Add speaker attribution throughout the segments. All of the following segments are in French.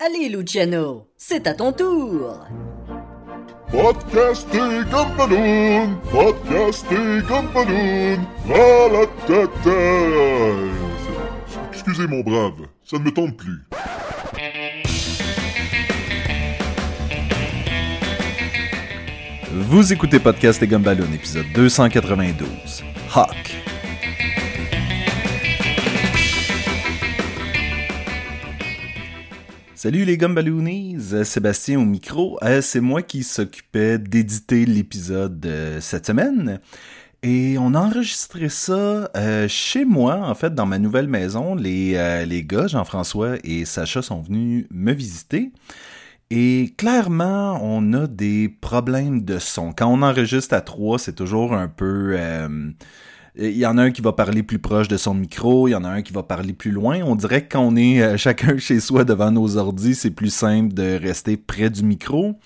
Speaker 1: Allez Luciano, c'est à ton tour
Speaker 2: Podcasting Gumballoon, Podcasting Gumballoon, à la tête. euh, c'est- Excusez mon brave, ça ne me tombe plus.
Speaker 3: Vous écoutez Podcast et Gumballoon, épisode 292. Hawk. Salut les Gumballoonies, euh, Sébastien au micro. Euh, C'est moi qui s'occupais d'éditer l'épisode euh, cette semaine. Et on a enregistré ça euh, chez moi, en fait, dans ma nouvelle maison. Les, euh, les gars, Jean-François et Sacha, sont venus me visiter. Et clairement, on a des problèmes de son. Quand on enregistre à trois, c'est toujours un peu... euh, il y en a un qui va parler plus proche de son micro, il y en a un qui va parler plus loin. On dirait que quand on est euh, chacun chez soi devant nos ordi, c'est plus simple de rester près du micro.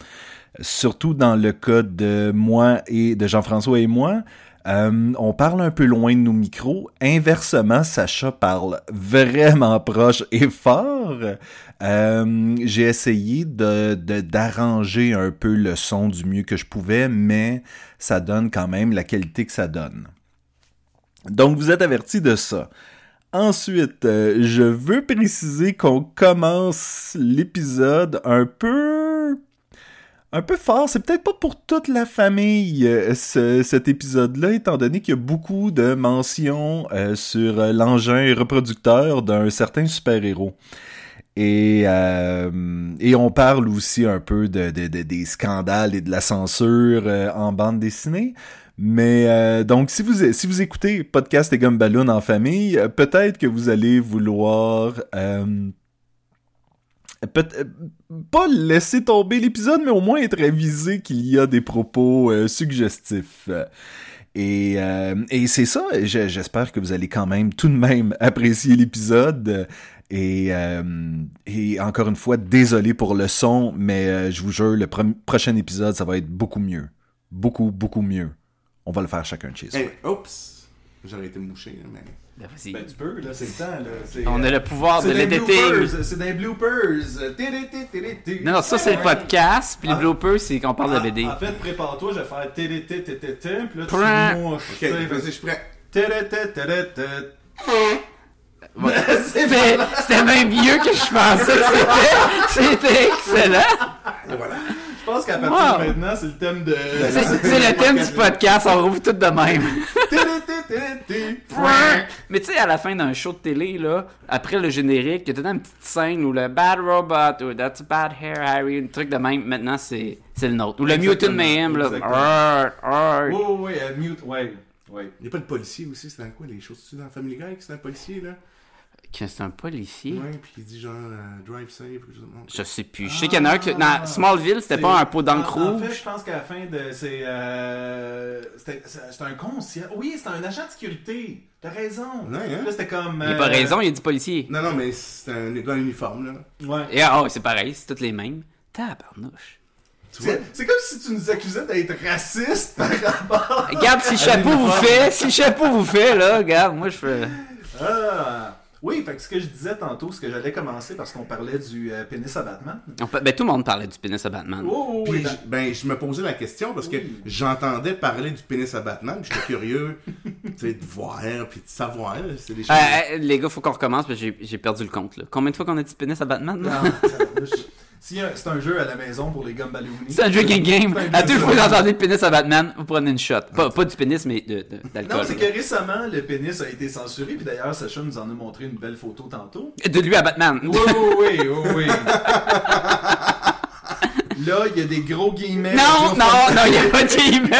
Speaker 3: Surtout dans le cas de moi et de Jean-François et moi. Euh, on parle un peu loin de nos micros. Inversement, Sacha parle vraiment proche et fort. Euh, j'ai essayé de, de- d'arranger un peu le son du mieux que je pouvais, mais ça donne quand même la qualité que ça donne. Donc vous êtes avertis de ça. Ensuite, euh, je veux préciser qu'on commence l'épisode un peu un peu fort. C'est peut-être pas pour toute la famille euh, ce- cet épisode-là, étant donné qu'il y a beaucoup de mentions euh, sur euh, l'engin reproducteur d'un certain super-héros. Et, euh, et on parle aussi un peu de, de- de- des scandales et de la censure euh, en bande dessinée. Mais euh, donc, si vous, si vous écoutez Podcast et Gumballoon en famille, euh, peut-être que vous allez vouloir... euh, peut- euh, pas laisser tomber l'épisode, mais au moins être avisé qu'il y a des propos euh, suggestifs. Et, euh, et c'est ça, Je- j'espère que vous allez quand même tout de même apprécier l'épisode. Et, euh, et encore une fois, désolé pour le son, mais euh, je vous jure, le pro- prochain épisode, ça va être beaucoup mieux. Beaucoup, beaucoup mieux. On va le faire chacun de chez soi.
Speaker 4: Hey, oups! J'aurais été mouché, là, mais.
Speaker 5: Ben, vas-y.
Speaker 6: Ben, tu peux, là, c'est le temps, là. C'est,
Speaker 5: on
Speaker 6: euh,
Speaker 5: a le pouvoir de
Speaker 6: c'est des
Speaker 5: l'éditer.
Speaker 6: bloopers, c'est des bloopers. Tiri, tiri, tiri, tiri.
Speaker 5: Non, non, ça c'est le podcast, puis les
Speaker 6: Ah.
Speaker 5: bloopers, c'est quand on parle de
Speaker 6: En-
Speaker 5: BD.
Speaker 6: Ah, En fait, prépare-toi, je vais faire tiri, tiri, tiri, tiri, puis là, tu
Speaker 5: Prrrr.
Speaker 6: mouches,
Speaker 4: Ok,
Speaker 6: tu sais,
Speaker 4: vas-y, je suis prêt.
Speaker 6: tiri, tiri, tiri, tiri.
Speaker 5: Ouais.
Speaker 6: C'est
Speaker 5: C'était c'était même mieux que je pensais que c'était. C'était excellent.
Speaker 4: Et voilà.
Speaker 6: Je pense qu'à partir
Speaker 5: Wow.
Speaker 6: de maintenant, c'est le thème de...
Speaker 5: C'est c'est le thème du podcast, on rouvre tout de même.
Speaker 6: Tiri, tiri, tiri, tiri.
Speaker 5: Mais tu sais, à la fin d'un show de télé, là, après le générique, il y a tout le temps une petite scène où le Bad Robot ou That's Bad Hair Harry, un truc de même, maintenant c'est c'est le nôtre. Ou le Mutant
Speaker 6: Exactement,
Speaker 5: Mayhem, là.
Speaker 6: exactement.
Speaker 5: Arr, arr.
Speaker 6: Oui, oui, oui, euh, mute, ouais, ouais.
Speaker 4: Il n'y a pas de policier aussi, c'est dans quoi les choses tu dans Family Guy que c'est un policier, là?
Speaker 5: Que C'est un policier.
Speaker 4: Ouais, puis il dit genre euh, drive safe, quelque chose comme ça.
Speaker 5: Je sais plus. Je sais qu'il y en a un qui. Dans Smallville, c'était pas un pot d'encre
Speaker 6: Ah. En- En fait,
Speaker 5: rouge.
Speaker 6: je pense qu'à la fin de. C'est. Euh, c'était- c'est c'est un conscient. Oui, c'est un agent de sécurité. T'as raison.
Speaker 4: Ouais, hein?
Speaker 6: Là, c'était comme.
Speaker 5: Il a pas
Speaker 6: euh,
Speaker 5: raison, il a dit policier.
Speaker 4: Non, non, mais c'est un gars en uniforme, là.
Speaker 6: Ouais.
Speaker 5: Et ah, oh, c'est pareil, c'est toutes les mêmes. Tabarnouche.
Speaker 4: Tu vois?
Speaker 6: C'est c'est comme si tu nous accusais d'être raciste par rapport.
Speaker 5: Regarde, si chapeau vous fait, si chapeau vous fait, là, regarde, moi je fais.
Speaker 6: Ah. Oui, fait que ce que je disais tantôt, ce que j'allais commencer parce qu'on parlait du euh, pénis à Batman.
Speaker 5: On peut- Ben, tout le monde parlait du pénis à Batman.
Speaker 6: Oh,
Speaker 4: Puis, je- ben, je me posais la question parce que j'entendais parler du pénis à Batman, puis j'étais curieux, tu sais, de voir, puis de savoir. C'est des choses.
Speaker 5: Euh, euh, les gars, faut qu'on recommence, parce que j'ai- j'ai perdu le compte. Là. Combien de fois qu'on a dit pénis à Batman? là?
Speaker 6: ah, Si euh, c'est un jeu à la maison pour les gumballoonies.
Speaker 5: C'est un jeu game game.
Speaker 6: C'est un
Speaker 5: À
Speaker 6: jeu
Speaker 5: deux fois que
Speaker 6: game.
Speaker 5: vous entendez pénis à Batman, vous prenez une shot. Pas, pas du pénis, mais de- de- d'alcool.
Speaker 6: Non, c'est
Speaker 5: là.
Speaker 6: que récemment, le pénis a été censuré. Puis d'ailleurs, Sacha nous en a montré une belle photo tantôt.
Speaker 5: De lui à Batman.
Speaker 6: Oui, oui, oui, oui, oui. Là, il y a des gros guillemets.
Speaker 5: Non, non, non, il n'y a pas de guillemets.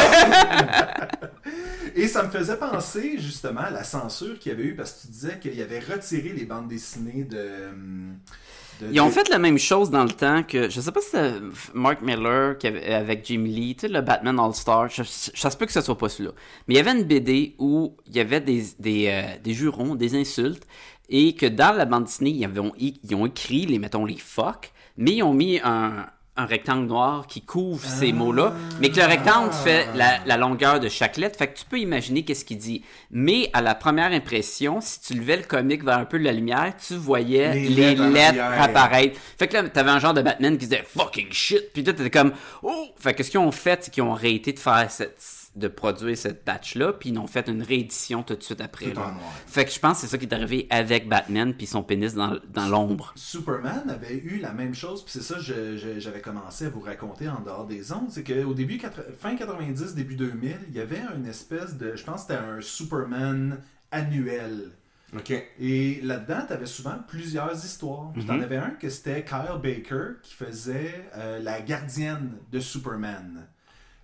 Speaker 6: Et ça me faisait penser justement à la censure qu'il y avait eu parce que tu disais qu'il avait retiré les bandes dessinées de. de-
Speaker 5: Ils ont
Speaker 6: de-
Speaker 5: fait la même chose dans le temps que. Je sais pas si c'est Mark Miller qui avait- euh, avec Jim Lee, tu sais, le Batman All-Star. Je, je- ça se peut que ce soit pas celui-là. Mais il y avait une BD où il y avait des, des, euh, des jurons, des insultes, et que dans la bande dessinée, ils, avaient- ils ont écrit les, mettons, les fuck, mais ils ont mis un, un rectangle noir qui couvre ces mots-là, mais que le rectangle fait la, la longueur de chaque lettre. Fait que tu peux imaginer qu'est-ce qu'il dit. Mais à la première impression, si tu levais le comic vers un peu de la lumière, tu voyais
Speaker 4: Les
Speaker 5: les,
Speaker 4: lettres en
Speaker 5: lettres
Speaker 4: arrière.
Speaker 5: apparaître. Fait que là, t'avais un genre de Batman qui disait fucking shit. Puis là, t'étais comme oh. Fait que ce qu'ils ont fait, c'est qu'ils ont arrêté de faire cette de produire cette patch-là, puis ils ont fait une réédition tout de suite après.
Speaker 4: Tout en
Speaker 5: là.
Speaker 4: noir.
Speaker 5: Fait que je pense que c'est ça qui est arrivé avec Batman, puis son pénis dans, dans l'ombre.
Speaker 6: Superman avait eu la même chose, puis c'est ça que je- je- j'avais commencé à vous raconter en dehors des ondes, c'est qu'au début, quatre- fin 90, début 2000, il y avait une espèce de, je pense que c'était un Superman annuel.
Speaker 5: euh,
Speaker 4: OK.
Speaker 6: Et là-dedans, tu avais souvent plusieurs histoires. Puis
Speaker 5: Mhm.
Speaker 6: T'en avais un que c'était Kyle Baker qui faisait euh, la gardienne de Superman.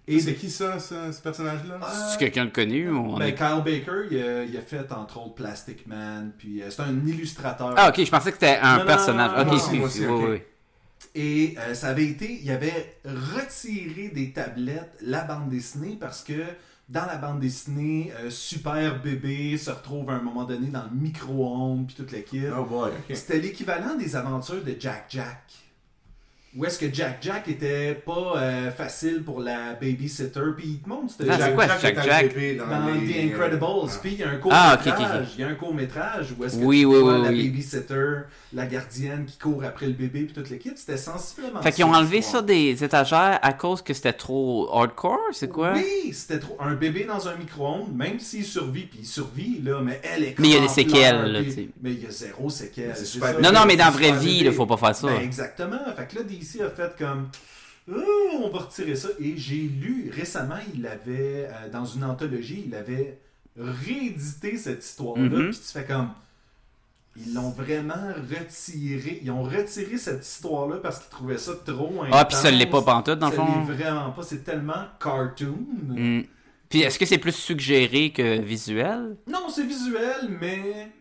Speaker 6: Et
Speaker 4: C'est qui ça, ça, ce personnage-là?
Speaker 5: C'est quelqu'un de connu ou on
Speaker 6: ben,
Speaker 5: est-
Speaker 6: Kyle Baker, il a, il a fait entre autres Plastic Man, puis euh, c'est un illustrateur.
Speaker 5: Ah, ok, je pensais que c'était un
Speaker 4: non,
Speaker 5: personnage.
Speaker 4: non, non,
Speaker 5: ok,
Speaker 4: non,
Speaker 5: excuse,
Speaker 4: moi aussi,
Speaker 5: oui,
Speaker 4: ok.
Speaker 5: oui.
Speaker 6: Et euh, ça avait été, il avait retiré des tablettes la bande dessinée parce que dans la bande dessinée, euh, Super Bébé se retrouve à un moment donné dans le micro-ondes puis toute l'équipe.
Speaker 4: Oh boy, OK.
Speaker 5: Ah,
Speaker 6: C'était l'équivalent des aventures de Jack Jack. Où est-ce que Jack Jack était pas euh, facile pour la babysitter, puis il te montre ce
Speaker 5: Ah, c'est
Speaker 6: Jack
Speaker 5: quoi,
Speaker 4: Jack
Speaker 5: Jack
Speaker 4: est un
Speaker 5: Jack?
Speaker 4: bébé dans,
Speaker 6: dans euh,
Speaker 4: les- euh,
Speaker 6: The Incredibles. Puis il y a un court
Speaker 5: Ah,
Speaker 6: métrage.
Speaker 5: ok, ok, ok.
Speaker 6: Il y a un court métrage où est-ce que
Speaker 5: Oui,
Speaker 6: tu
Speaker 5: oui,
Speaker 6: vois
Speaker 5: oui,
Speaker 6: la
Speaker 5: oui.
Speaker 6: babysitter, la gardienne qui court après le bébé puis toute l'équipe. C'était sensiblement.
Speaker 5: Fait qu'ils ont enlevé
Speaker 6: l'histoire.
Speaker 5: ça des étagères à cause que c'était trop hardcore, c'est quoi?
Speaker 6: Oui, c'était trop. Un bébé dans un micro-ondes, même s'il survit, puis il survit, là, mais elle est
Speaker 5: Mais il y a
Speaker 6: comme
Speaker 5: des
Speaker 6: en
Speaker 5: séquelles,
Speaker 6: pleurs,
Speaker 5: là,
Speaker 6: puis-
Speaker 5: tu sais.
Speaker 6: Mais il y a zéro séquelles.
Speaker 4: C'est
Speaker 6: c'est
Speaker 4: super
Speaker 6: ça.
Speaker 4: bébé.
Speaker 5: Non, non, mais dans la
Speaker 6: C'est
Speaker 5: vraie
Speaker 6: super
Speaker 5: vie,
Speaker 6: bébé.
Speaker 5: là, faut pas faire ça.
Speaker 6: Ben, exactement. Fait que là, DC a fait comme. Oh, on va retirer ça. Et j'ai lu récemment, il avait, euh, dans une anthologie, il avait réédité cette histoire-là.
Speaker 5: Mhm.
Speaker 6: Puis tu fais comme. Ils l'ont vraiment retiré. Ils ont retiré cette histoire-là parce qu'ils trouvaient ça trop intense.
Speaker 5: Ah, puis ça l'est pas pantoute, dans le
Speaker 6: Ça
Speaker 5: fond.
Speaker 6: l'est vraiment pas. C'est tellement cartoon.
Speaker 5: Mm. Puis est-ce que c'est plus suggéré que visuel?
Speaker 6: Non, c'est visuel, mais.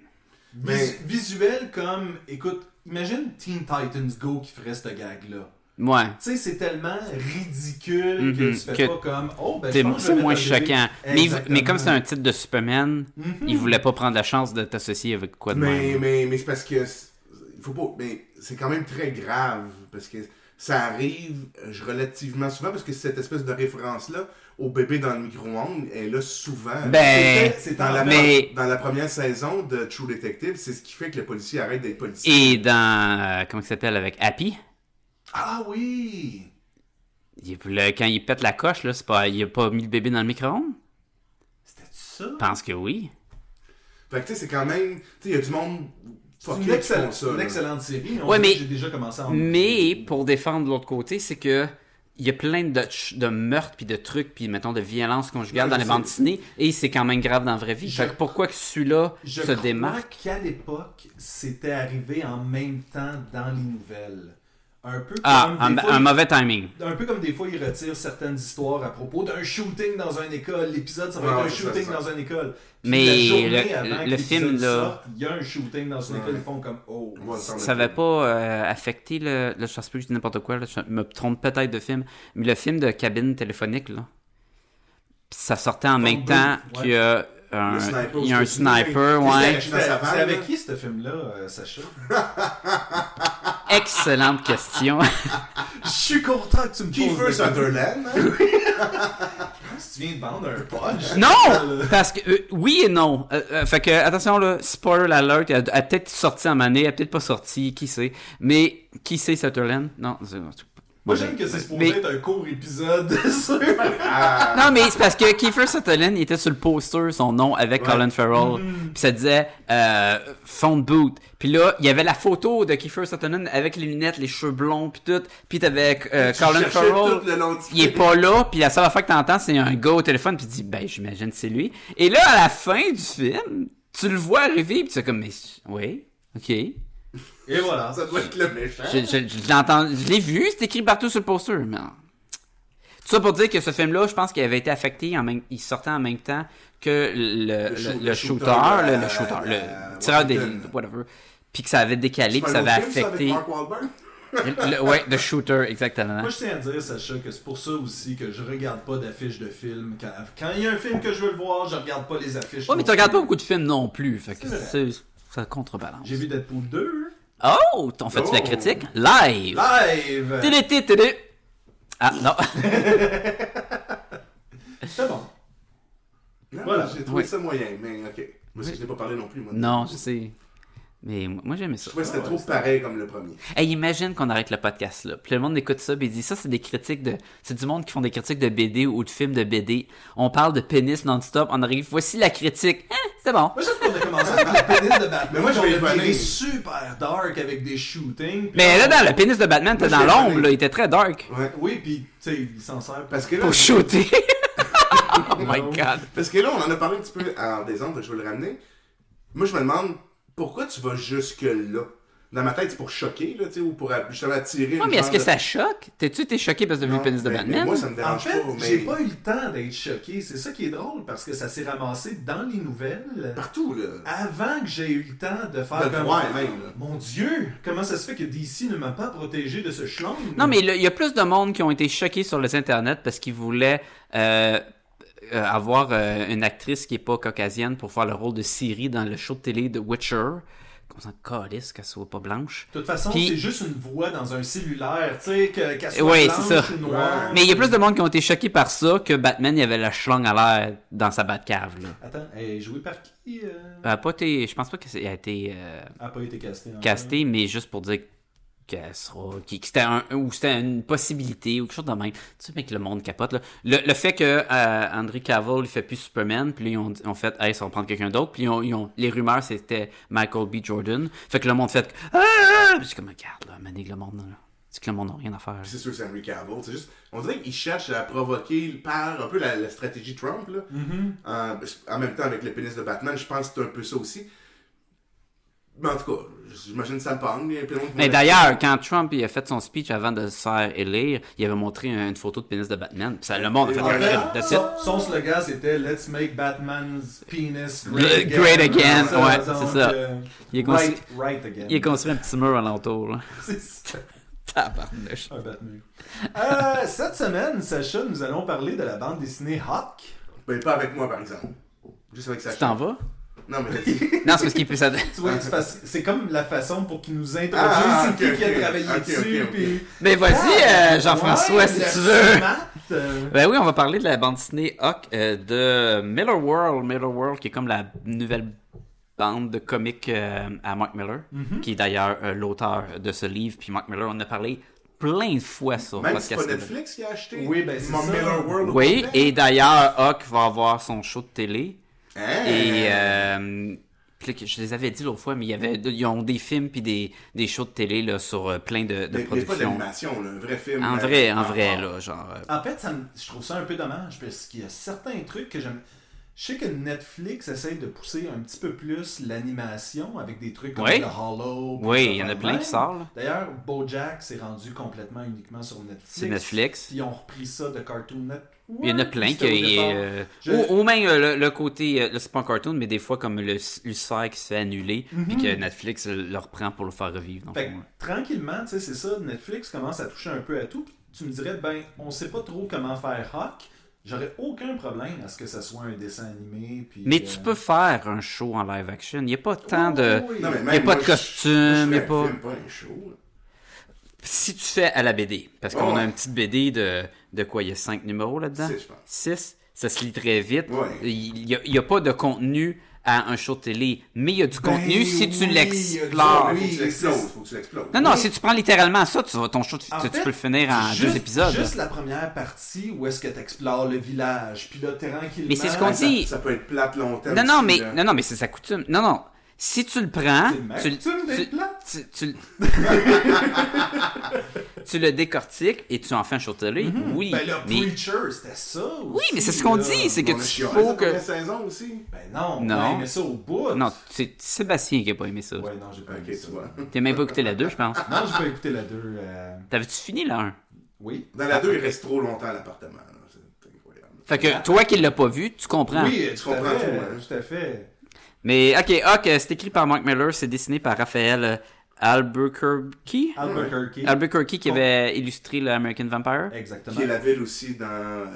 Speaker 4: Mais-
Speaker 6: Visu- Visuel comme. Écoute, imagine Teen Titans Go qui ferait ce gag-là.
Speaker 5: Ouais.
Speaker 6: Tu sais, c'est tellement ridicule que
Speaker 5: Mhm,
Speaker 6: tu fais
Speaker 5: que
Speaker 6: pas comme oh ben je
Speaker 5: C'est
Speaker 6: pense que je
Speaker 5: c'est
Speaker 6: vais
Speaker 5: moins
Speaker 6: mettre un bébé.
Speaker 5: choquant. Mais, mais
Speaker 6: Exactement.
Speaker 5: comme c'est un titre de Superman, ils voulaient pas prendre la chance de t'associer avec quoi de
Speaker 4: Mais,
Speaker 5: même.
Speaker 4: mais, mais c'est parce que. c'est- Il faut pas. Mais c'est quand même très grave. Parce que ça arrive euh, je- relativement souvent. Parce que cette espèce de référence-là au bébé dans le micro-ondes est là souvent.
Speaker 5: Ben,
Speaker 4: C'est dans la,
Speaker 5: mais-
Speaker 4: dans la première saison de True Detective, c'est ce qui fait que le policier arrête d'être policier.
Speaker 5: Et dans. euh, comment il s'appelle avec Happy?
Speaker 6: Ah oui!
Speaker 5: Il- le- quand il pète la coche, là, c'est pas, il a pas mis le bébé dans le micro-ondes?
Speaker 6: C'était ça?
Speaker 5: Je pense que oui.
Speaker 4: Fait que tu sais, c'est quand même. Tu sais, il y a du monde.
Speaker 6: C'est
Speaker 4: fucké
Speaker 6: une,
Speaker 4: qui
Speaker 6: excell-
Speaker 4: font ça,
Speaker 6: une
Speaker 4: là.
Speaker 6: excellente série. On
Speaker 5: Ouais,
Speaker 6: dirait
Speaker 5: mais-
Speaker 6: que J'ai déjà commencé à en
Speaker 5: Mais pour défendre de l'autre côté, c'est que il y a plein de, ch- de meurtres puis de trucs puis mettons de violences conjugales
Speaker 4: Ouais,
Speaker 5: dans
Speaker 4: je
Speaker 5: les
Speaker 4: sais.
Speaker 5: bandes dessinées et c'est quand même grave dans la vraie vie.
Speaker 6: Je-
Speaker 5: Fait que pourquoi que celui-là se
Speaker 6: Je crois
Speaker 5: démarque
Speaker 6: qu'à l'époque, c'était arrivé en même temps dans les nouvelles. Un peu comme
Speaker 5: Ah,
Speaker 6: des
Speaker 5: un,
Speaker 6: fois,
Speaker 5: un
Speaker 6: ils-
Speaker 5: mauvais timing.
Speaker 6: un peu comme des fois, ils retirent certaines histoires à propos d'un shooting dans une école. L'épisode, ça va
Speaker 4: Ouais,
Speaker 6: être un
Speaker 4: ouais, c'est ça,
Speaker 6: shooting
Speaker 4: c'est ça.
Speaker 6: dans une école. Puis
Speaker 5: Mais
Speaker 6: la journée
Speaker 5: le-
Speaker 6: avant
Speaker 5: le
Speaker 6: que l'épisode
Speaker 5: film, là-
Speaker 6: sorte, Il y a un shooting dans une école, ils font comme Oh.
Speaker 4: Moi, ça me
Speaker 5: Ça
Speaker 4: semble-
Speaker 5: va pas euh, affecter le, le. Je sais plus, je dis n'importe quoi, là, je me trompe peut-être de film, mais le film de cabine téléphonique, là. Puis ça sortait en même
Speaker 6: Booth,
Speaker 5: temps
Speaker 6: ouais.
Speaker 5: qu'il y a un
Speaker 4: Le sniper
Speaker 5: il y a
Speaker 4: aux
Speaker 5: un
Speaker 4: États-Unis.
Speaker 5: sniper,
Speaker 4: Puis
Speaker 5: ouais.
Speaker 4: c'était-
Speaker 6: C'est
Speaker 4: Dans sa vanne,
Speaker 6: c'est avec
Speaker 4: là.
Speaker 6: qui ce film-là, euh, Sacha
Speaker 5: Excellente question.
Speaker 6: Je suis content que tu me
Speaker 4: Kiefer Sutherland, hein?
Speaker 6: tu viens de vendre un punch.
Speaker 5: Non! Parce que euh, oui et non. Euh, euh, fait que attention là, spoiler alert, elle a peut-être sorti en manée, elle a peut-être pas sorti, qui sait. Mais qui sait Sutherland? Non, c'est-
Speaker 6: Moi, j'aime que c'est supposé
Speaker 5: Mais-
Speaker 6: être un court épisode sur.
Speaker 5: Non, mais c'est parce que Kiefer Sutherland il était sur le poster, son nom avec
Speaker 4: Ouais. Mm.
Speaker 5: Colin Farrell. Puis ça disait euh, Phone Boot. Puis là, il y avait la photo de Kiefer Sutherland avec les lunettes, les cheveux blonds, puis tout. Puis t'avais euh,
Speaker 4: Tu
Speaker 5: Colin
Speaker 4: cherchais
Speaker 5: Farrell.
Speaker 4: tout le long du
Speaker 5: Il est pas là, puis la seule affaire que t'entends, c'est un gars au téléphone, puis tu dis, ben, j'imagine que c'est lui. Et là, à la fin du film, tu le vois arriver, puis tu es comme, mais, oui, ok.
Speaker 6: Et voilà.
Speaker 4: Ça doit être le méchant.
Speaker 5: Je, je- je l'entends, je l'ai vu, c'est écrit partout sur le poster, mais. Tout ça pour dire que ce film-là, je pense qu'il avait été affecté, en même, il sortait en même temps que le,
Speaker 4: Le
Speaker 5: le,
Speaker 4: shoot-
Speaker 5: le
Speaker 4: le
Speaker 5: shooter,
Speaker 4: shooter,
Speaker 5: le,
Speaker 4: euh,
Speaker 5: le shooter,
Speaker 4: euh,
Speaker 5: le tireur des
Speaker 4: Washington.
Speaker 5: whatever, puis que ça avait décalé,
Speaker 4: C'est
Speaker 5: puis
Speaker 4: pas
Speaker 5: ça
Speaker 4: un
Speaker 5: avait
Speaker 4: autre film, ça,
Speaker 5: affecté.
Speaker 4: avec Mark Wahlberg?
Speaker 5: le- ouais, le shooter, exactement.
Speaker 6: Moi, je tiens à dire, Sacha, que c'est pour ça aussi que je regarde pas d'affiches de films. Quand quand il y a un film que je veux le voir, je regarde pas les affiches.
Speaker 5: Ouais, mais tu regardes pas beaucoup de films non plus, fait que
Speaker 6: C'est vrai.
Speaker 5: c'est- ça contrebalance.
Speaker 6: J'ai vu Deadpool 2.
Speaker 5: Oh, t'en fais-tu la
Speaker 6: Oh.
Speaker 5: critique? Live!
Speaker 6: Live!
Speaker 5: Télé, télé, télé. Ah, non.
Speaker 6: C'est bon.
Speaker 4: Non,
Speaker 6: Voilà.
Speaker 4: J'ai trouvé
Speaker 5: Oui.
Speaker 4: ça moyen, mais ok. Moi, c'est que je n'ai pas parlé non plus. Moi.
Speaker 5: non, je sais. Mais moi, moi, j'aimais
Speaker 4: Je
Speaker 5: ça.
Speaker 4: trouvais que c'était trop pareil comme le premier.
Speaker 5: Hey, imagine qu'on arrête le podcast là. Puis le monde écoute ça, puis il dit ça, c'est des critiques de. C'est du monde qui font des critiques de BD ou de films de BD. On parle de pénis non-stop, on arrive. Voici la critique. Hein, c'est bon.
Speaker 6: Moi, j'aime qu'on a commencé à parler de pénis de Batman.
Speaker 4: Mais moi, je vais
Speaker 6: On a
Speaker 4: y
Speaker 6: viré
Speaker 4: venir.
Speaker 6: super dark avec des shootings. puis
Speaker 5: Mais
Speaker 6: on-
Speaker 5: là, dans le pénis de Batman, t'es
Speaker 4: Moi,
Speaker 5: dans
Speaker 4: je l'ai
Speaker 5: l'ombre
Speaker 4: aimé.
Speaker 5: là, il était très dark.
Speaker 4: Ouais.
Speaker 6: Oui, puis, tu sais, il s'en sert.
Speaker 4: Parce que là,
Speaker 5: Pour shooter. oh my god.
Speaker 4: Parce que là, on en a parlé un petit peu en désordre, je veux le ramener. Moi, je me demande pourquoi tu vas jusque-là. Dans ma tête, c'est pour choquer, là, tu sais, ou pour justement attirer.
Speaker 5: Non,
Speaker 4: une
Speaker 5: mais est-ce
Speaker 4: genre
Speaker 5: que
Speaker 4: de-
Speaker 5: ça choque? T'es-tu été choqué parce que t'as vu
Speaker 4: Non,
Speaker 5: le pénis de
Speaker 4: mais- mais
Speaker 5: Batman?
Speaker 4: Moi, ça me
Speaker 6: En
Speaker 4: dérange
Speaker 6: fait,
Speaker 4: pas, mais
Speaker 6: j'ai pas eu le temps d'être choqué. C'est ça qui est drôle, parce que ça s'est ramassé dans les nouvelles
Speaker 4: partout, là.
Speaker 6: avant que j'aie eu le temps de faire
Speaker 4: De
Speaker 6: comme...
Speaker 4: voir, même, là.
Speaker 6: Mon Dieu, comment ça se fait que DC ne m'a pas protégé de ce schlong?
Speaker 5: Non, mais là, il y a plus de monde qui ont été choqués sur les internets parce qu'ils voulaient euh, euh, avoir euh, une actrice qui est pas caucasienne pour faire le rôle de Siri dans le show de télé de Witcher. Qu'on s'en calisse qu'elle soit pas blanche.
Speaker 6: De toute façon,
Speaker 5: Puis-
Speaker 6: c'est juste une voix dans un cellulaire, tu sais, que- qu'elle soit
Speaker 5: Ouais,
Speaker 6: blanche
Speaker 5: c'est ça.
Speaker 6: ou noire.
Speaker 5: Mais il y a plus de monde qui ont été choqués par ça que Batman, il avait la schlong à l'air dans sa Batcave. Là.
Speaker 6: Attends, elle est jouée par qui? euh?
Speaker 5: Elle a pas été, je pense pas qu'elle a été euh,
Speaker 6: Elle n'a Ah, pas été hein. castée. encore.
Speaker 5: castée, mais juste pour dire qu'elle sera, qu'il- que c'était un, ou c'était une possibilité ou quelque chose de même. Tu sais, mec, le monde capote là. Le, le fait que euh, Henry Cavill il fait plus Superman, puis là, ils ont, ils ont fait, hey, ça va prendre quelqu'un d'autre, puis ils ont, ils ont- les rumeurs c'était Michael B. Jordan. Fait que le monde fait, ah, ah! Puis je suis comme regarde là, manique le monde là. C'est que le monde n'a rien à faire.
Speaker 4: C'est sûr que c'est Henry Cavill. C'est juste, on dirait qu'il cherche à provoquer par un peu la, la stratégie Trump, là.
Speaker 6: Mm-hmm.
Speaker 4: Euh, en même temps, avec le pénis de Batman, je pense que c'est un peu ça aussi. Mais en tout cas, j'imagine ça me parle. il y a plein de monde qui
Speaker 5: Mais
Speaker 4: vont-
Speaker 5: d'ailleurs, quand Trump il a fait son speech avant de se faire élire, il avait montré une photo de pénis de Batman. Puis ça, le monde a fait
Speaker 6: En fait,
Speaker 5: Crime, that's it.
Speaker 6: Euh, son, son slogan c'était Let's make Batman's penis
Speaker 5: Le-
Speaker 6: great again.
Speaker 5: great again, ouais,
Speaker 6: donc,
Speaker 5: c'est ça.
Speaker 6: euh,
Speaker 5: Il est cons-
Speaker 6: right, right again.
Speaker 5: Il a construit un petit mur alentour. Là.
Speaker 6: C'est ça.
Speaker 5: Tabarnouche.
Speaker 6: Un Batman. Euh, cette semaine, Sacha, nous allons parler de la bande dessinée Hawk.
Speaker 4: Ben, pas avec moi, par exemple. Juste avec Sacha.
Speaker 5: Tu t'en vas?
Speaker 4: Non, mais vas-y.
Speaker 5: Non, c'est parce qu'il peut ça.
Speaker 6: Tu vois, c'est parce- c'est comme la façon pour qu'ils nous introduisent
Speaker 4: Ah,
Speaker 6: c'est
Speaker 4: ok,
Speaker 6: qui qui
Speaker 4: ok,
Speaker 6: a travaillé
Speaker 4: ok,
Speaker 6: dessus.
Speaker 4: ok, ok.
Speaker 6: puis-
Speaker 5: Mais vas-y,
Speaker 6: Ah,
Speaker 5: euh, Jean-François,
Speaker 6: ouais,
Speaker 5: si
Speaker 6: le
Speaker 5: tu veux.
Speaker 6: Matt, euh,
Speaker 5: Ben oui, on va parler de la bande dessinée Hawk euh, de Miller World. Miller World, qui est comme la nouvelle bande de comics euh, à Mark Miller,
Speaker 4: Mhm.
Speaker 5: qui est d'ailleurs euh, l'auteur de ce livre. Puis Mark Miller, on en a parlé plein de fois sur
Speaker 4: Même si Ben, c'est
Speaker 5: podcast.
Speaker 4: pas Netflix qui a acheté
Speaker 6: Oui, ben, c'est
Speaker 4: Mon
Speaker 6: ça.
Speaker 4: Miller World. au
Speaker 5: Oui,
Speaker 4: complet.
Speaker 5: et d'ailleurs, Hawk va avoir son show de télé.
Speaker 4: Hein?
Speaker 5: Et euh, puis là, je les avais dit l'autre fois, mais il y avait, ils ont des films puis des, des shows de télé là, sur euh, plein de, de
Speaker 4: Mais- mais pas
Speaker 5: productions.
Speaker 4: d'animation, là, un vrai film.
Speaker 5: En
Speaker 4: euh,
Speaker 5: vrai, en vrai,
Speaker 4: rapport.
Speaker 5: là, genre. euh,
Speaker 6: En fait, ça me- je trouve ça un peu dommage parce qu'il y a certains trucs que j'aime. Je sais que Netflix essaye de pousser un petit peu plus l'animation avec des trucs comme
Speaker 5: Oui.
Speaker 6: le Hollow.
Speaker 5: Oui, il y en a plein qui sortent, là.
Speaker 6: D'ailleurs, BoJack s'est rendu complètement uniquement sur Netflix.
Speaker 5: C'est Netflix.
Speaker 6: Puis ils ont repris ça de Cartoon Network.
Speaker 5: Il y en a plein qui.
Speaker 6: C'était au départ.
Speaker 5: euh,
Speaker 6: Je-
Speaker 5: ou, ou même euh, le, le côté. euh, Là, c'est pas un cartoon, mais des fois, comme le s- Lucifer qui se fait annuler, puis que Netflix euh, le reprend pour le faire revivre. dans le
Speaker 6: Fait que,
Speaker 5: fond, là.
Speaker 6: tranquillement, tu sais, c'est ça, Netflix commence à toucher un peu à tout. Puis tu me dirais, ben, on sait pas trop comment faire Hawk. J'aurais aucun problème à ce que ça soit un dessin animé. puis,
Speaker 5: Mais
Speaker 6: euh,
Speaker 5: tu peux faire un show en live action. Il n'y a pas tant de.
Speaker 6: Oui.
Speaker 4: Non, mais
Speaker 5: Il y a
Speaker 4: même
Speaker 5: pas
Speaker 4: moi,
Speaker 5: de
Speaker 4: je-
Speaker 5: costume,
Speaker 4: je ferais
Speaker 5: il y a
Speaker 4: un
Speaker 5: pas-
Speaker 4: film, pas un show. là.
Speaker 5: Si tu fais à la BD, parce
Speaker 4: Ouais,
Speaker 5: qu'on a
Speaker 4: ouais.
Speaker 5: une petite BD de, de quoi Il y a 5 numéros là-dedans
Speaker 4: Six, je pense.
Speaker 5: 6. Ça se lit très vite.
Speaker 4: Ouais.
Speaker 5: Il n'y a, il y a pas de contenu à un show de télé, mais il y a du contenu si tu
Speaker 6: oui,
Speaker 5: l'explores.
Speaker 4: Ah, faut que tu
Speaker 6: c'est-
Speaker 4: l'exploses, faut que tu l'exploses.
Speaker 5: Non, non, si tu prends littéralement ça, tu vas, ton show, tu,
Speaker 6: En
Speaker 5: tu
Speaker 6: fait,
Speaker 5: peux le finir en
Speaker 6: Juste-
Speaker 5: deux épisodes.
Speaker 6: Juste la première partie où est-ce que tu explores le village, puis là, t'es tranquillement...
Speaker 5: Mais c'est ce qu'on
Speaker 4: Ah,
Speaker 5: dit.
Speaker 4: ça- Ça peut être plate longtemps.
Speaker 5: Non, non,
Speaker 4: aussi,
Speaker 5: mais,
Speaker 4: là.
Speaker 5: non, non, mais c'est sa coutume. Non, non. Si tu le prends,
Speaker 6: C'est ma
Speaker 5: hein? tu, le-
Speaker 6: coutume d'être
Speaker 5: tu-
Speaker 6: plate.
Speaker 5: tu- tu le- tu le décortiques et tu en fais un show de télé. Oui,
Speaker 6: Ben là,
Speaker 5: mais,
Speaker 6: Preacher, c'était ça
Speaker 5: oui, mais c'est ce qu'on dit, c'est que
Speaker 4: On a
Speaker 5: tu
Speaker 4: chialé
Speaker 5: faut
Speaker 4: la
Speaker 5: que.
Speaker 4: première saison aussi.
Speaker 6: Ben non,
Speaker 5: Non.
Speaker 6: non. mais ça au bout.
Speaker 5: Non, c'est Sébastien qui a pas aimé ça.
Speaker 6: Ouais, non, j'ai pas
Speaker 4: Ok,
Speaker 6: écouté
Speaker 4: tu vois.
Speaker 5: T'as même pas écouté la 2, je pense.
Speaker 6: Non, j'ai pas écouté la 2. euh,
Speaker 5: T'avais-tu fini la 1?
Speaker 6: Oui.
Speaker 4: Dans la 2, il reste trop longtemps à l'appartement. là. C'est incroyable.
Speaker 5: Fait que toi qui l'as pas vu, tu comprends.
Speaker 6: Oui,
Speaker 4: Tu
Speaker 6: tout à
Speaker 4: comprends
Speaker 6: fait,
Speaker 4: tout, hein.
Speaker 6: tout à fait.
Speaker 5: Mais ok, Hawk, euh, c'est écrit par Mark Miller, c'est dessiné par Raphaël euh, Albuquerque.
Speaker 6: Ah, Albuquerque.
Speaker 5: Albuquerque qui avait illustré le American Vampire.
Speaker 6: Exactement.
Speaker 4: Qui est la ville aussi dans. euh,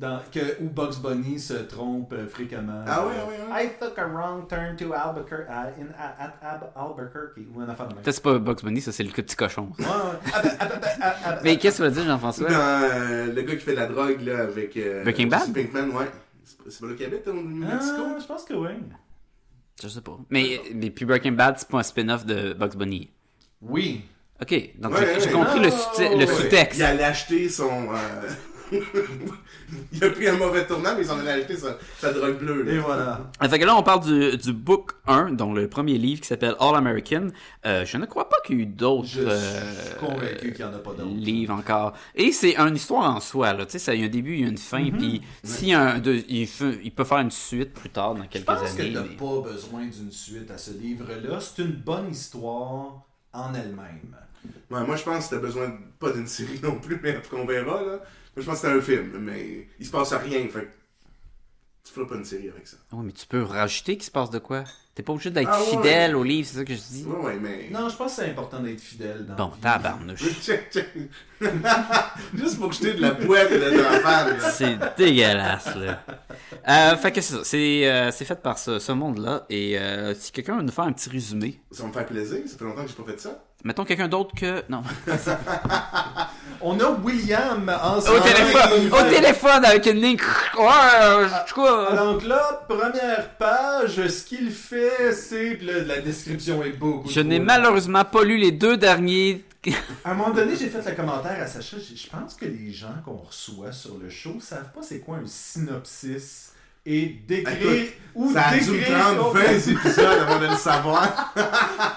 Speaker 6: dans, que, où Bugs Bunny se trompe euh, fréquemment.
Speaker 4: Ah ouais, ah ouais, ah ouais.
Speaker 6: I took a wrong turn to Albuquerque, uh, in, at, at Albuquerque, ou un affaire de même.
Speaker 5: Ça, c'est pas Bugs Bunny, ça, c'est le petit cochon. ça.
Speaker 6: Ouais, ouais. Ah, ben, ah, ben, ben, ah, ah, ben,
Speaker 5: Mais qu'est-ce que tu vas dire, Jean-François?
Speaker 4: Dans euh, le gars qui fait de la drogue là, avec. euh,
Speaker 5: Breaking Bad?
Speaker 4: Jesse Pinkman, ouais. C'est pas- C'est pas le Québec, au New
Speaker 6: Ah,
Speaker 4: Mexico?
Speaker 6: je pense que oui.
Speaker 5: Je sais pas. Mais, mais puis Breaking Bad, c'est pas un spin-off de Bugs Bunny.
Speaker 6: Oui.
Speaker 5: Ok, donc
Speaker 4: Ouais,
Speaker 5: j'ai-
Speaker 4: ouais,
Speaker 5: j'ai
Speaker 4: ouais.
Speaker 5: compris le,
Speaker 6: Ah,
Speaker 5: sous- le
Speaker 6: ouais.
Speaker 5: sous-texte.
Speaker 4: Il allait acheter son. euh, il a pris un mauvais tournant, mais ils en allaient acheter sa, sa drogue bleue. là.
Speaker 6: Et voilà.
Speaker 5: Ah, Fait que là, on parle du, du book 1, donc le premier livre qui s'appelle All American. Euh, je ne crois pas qu'il y ait eu d'autres
Speaker 6: Je suis
Speaker 5: euh,
Speaker 6: convaincu qu'il n'y en a pas d'autres.
Speaker 5: livres encore. Et c'est une histoire en soi, là. Tu sais, ça, il y a un début, il y a une fin,
Speaker 6: Mm-hmm.
Speaker 5: puis si un, deux, il, fait- il peut faire une suite plus tard dans
Speaker 6: Je
Speaker 5: quelques
Speaker 6: pense que
Speaker 5: années.
Speaker 6: t'as
Speaker 5: mais-
Speaker 6: pas besoin d'une suite à ce livre-là. C'est une bonne histoire en elle-même.
Speaker 4: Ouais, moi, je pense que t'as besoin de- pas d'une série non plus, mais après qu'on verra. Là. Moi, je pense que c'est un film, mais il se passe à rien. Fait que tu feras pas une série avec ça.
Speaker 5: Ouais, Oh, mais tu peux rajouter qu'il se passe de quoi? T'es pas obligé d'être
Speaker 4: Ah, ouais.
Speaker 5: fidèle au livre, c'est ça que je dis?
Speaker 4: Ouais, ouais, mais.
Speaker 6: Mm. Non, je pense que c'est important d'être fidèle dans
Speaker 5: Bon,
Speaker 6: la vie.
Speaker 5: tabarnouche.
Speaker 4: Check, check. Juste pour jeter de la poêle et de l'enfant. là.
Speaker 5: C'est dégueulasse, là. Euh, fait que c'est ça. C'est euh, c'est fait par ce, ce monde-là. Et euh, si quelqu'un veut nous faire un petit résumé,
Speaker 4: Ça va me faire plaisir, ça fait longtemps que j'ai pas fait ça.
Speaker 5: mettons quelqu'un d'autre que. Non.
Speaker 6: On a William en
Speaker 5: Au téléphone! Au téléphone avec une ligne. Ouais, euh, je crois.
Speaker 6: Donc là, première page, ce qu'il fait, c'est... puis là, la description est beaucoup
Speaker 5: Je n'ai
Speaker 6: trop
Speaker 5: malheureusement pas lu les deux derniers.
Speaker 6: À un moment donné, j'ai fait le commentaire à Sacha. j'ai- Je pense que les gens qu'on reçoit sur le show savent pas c'est quoi un synopsis et décrire
Speaker 4: Écoute,
Speaker 6: ou
Speaker 4: ça a dû me
Speaker 6: décrire
Speaker 4: prendre
Speaker 6: complètement
Speaker 4: 20 épisodes avant de le savoir.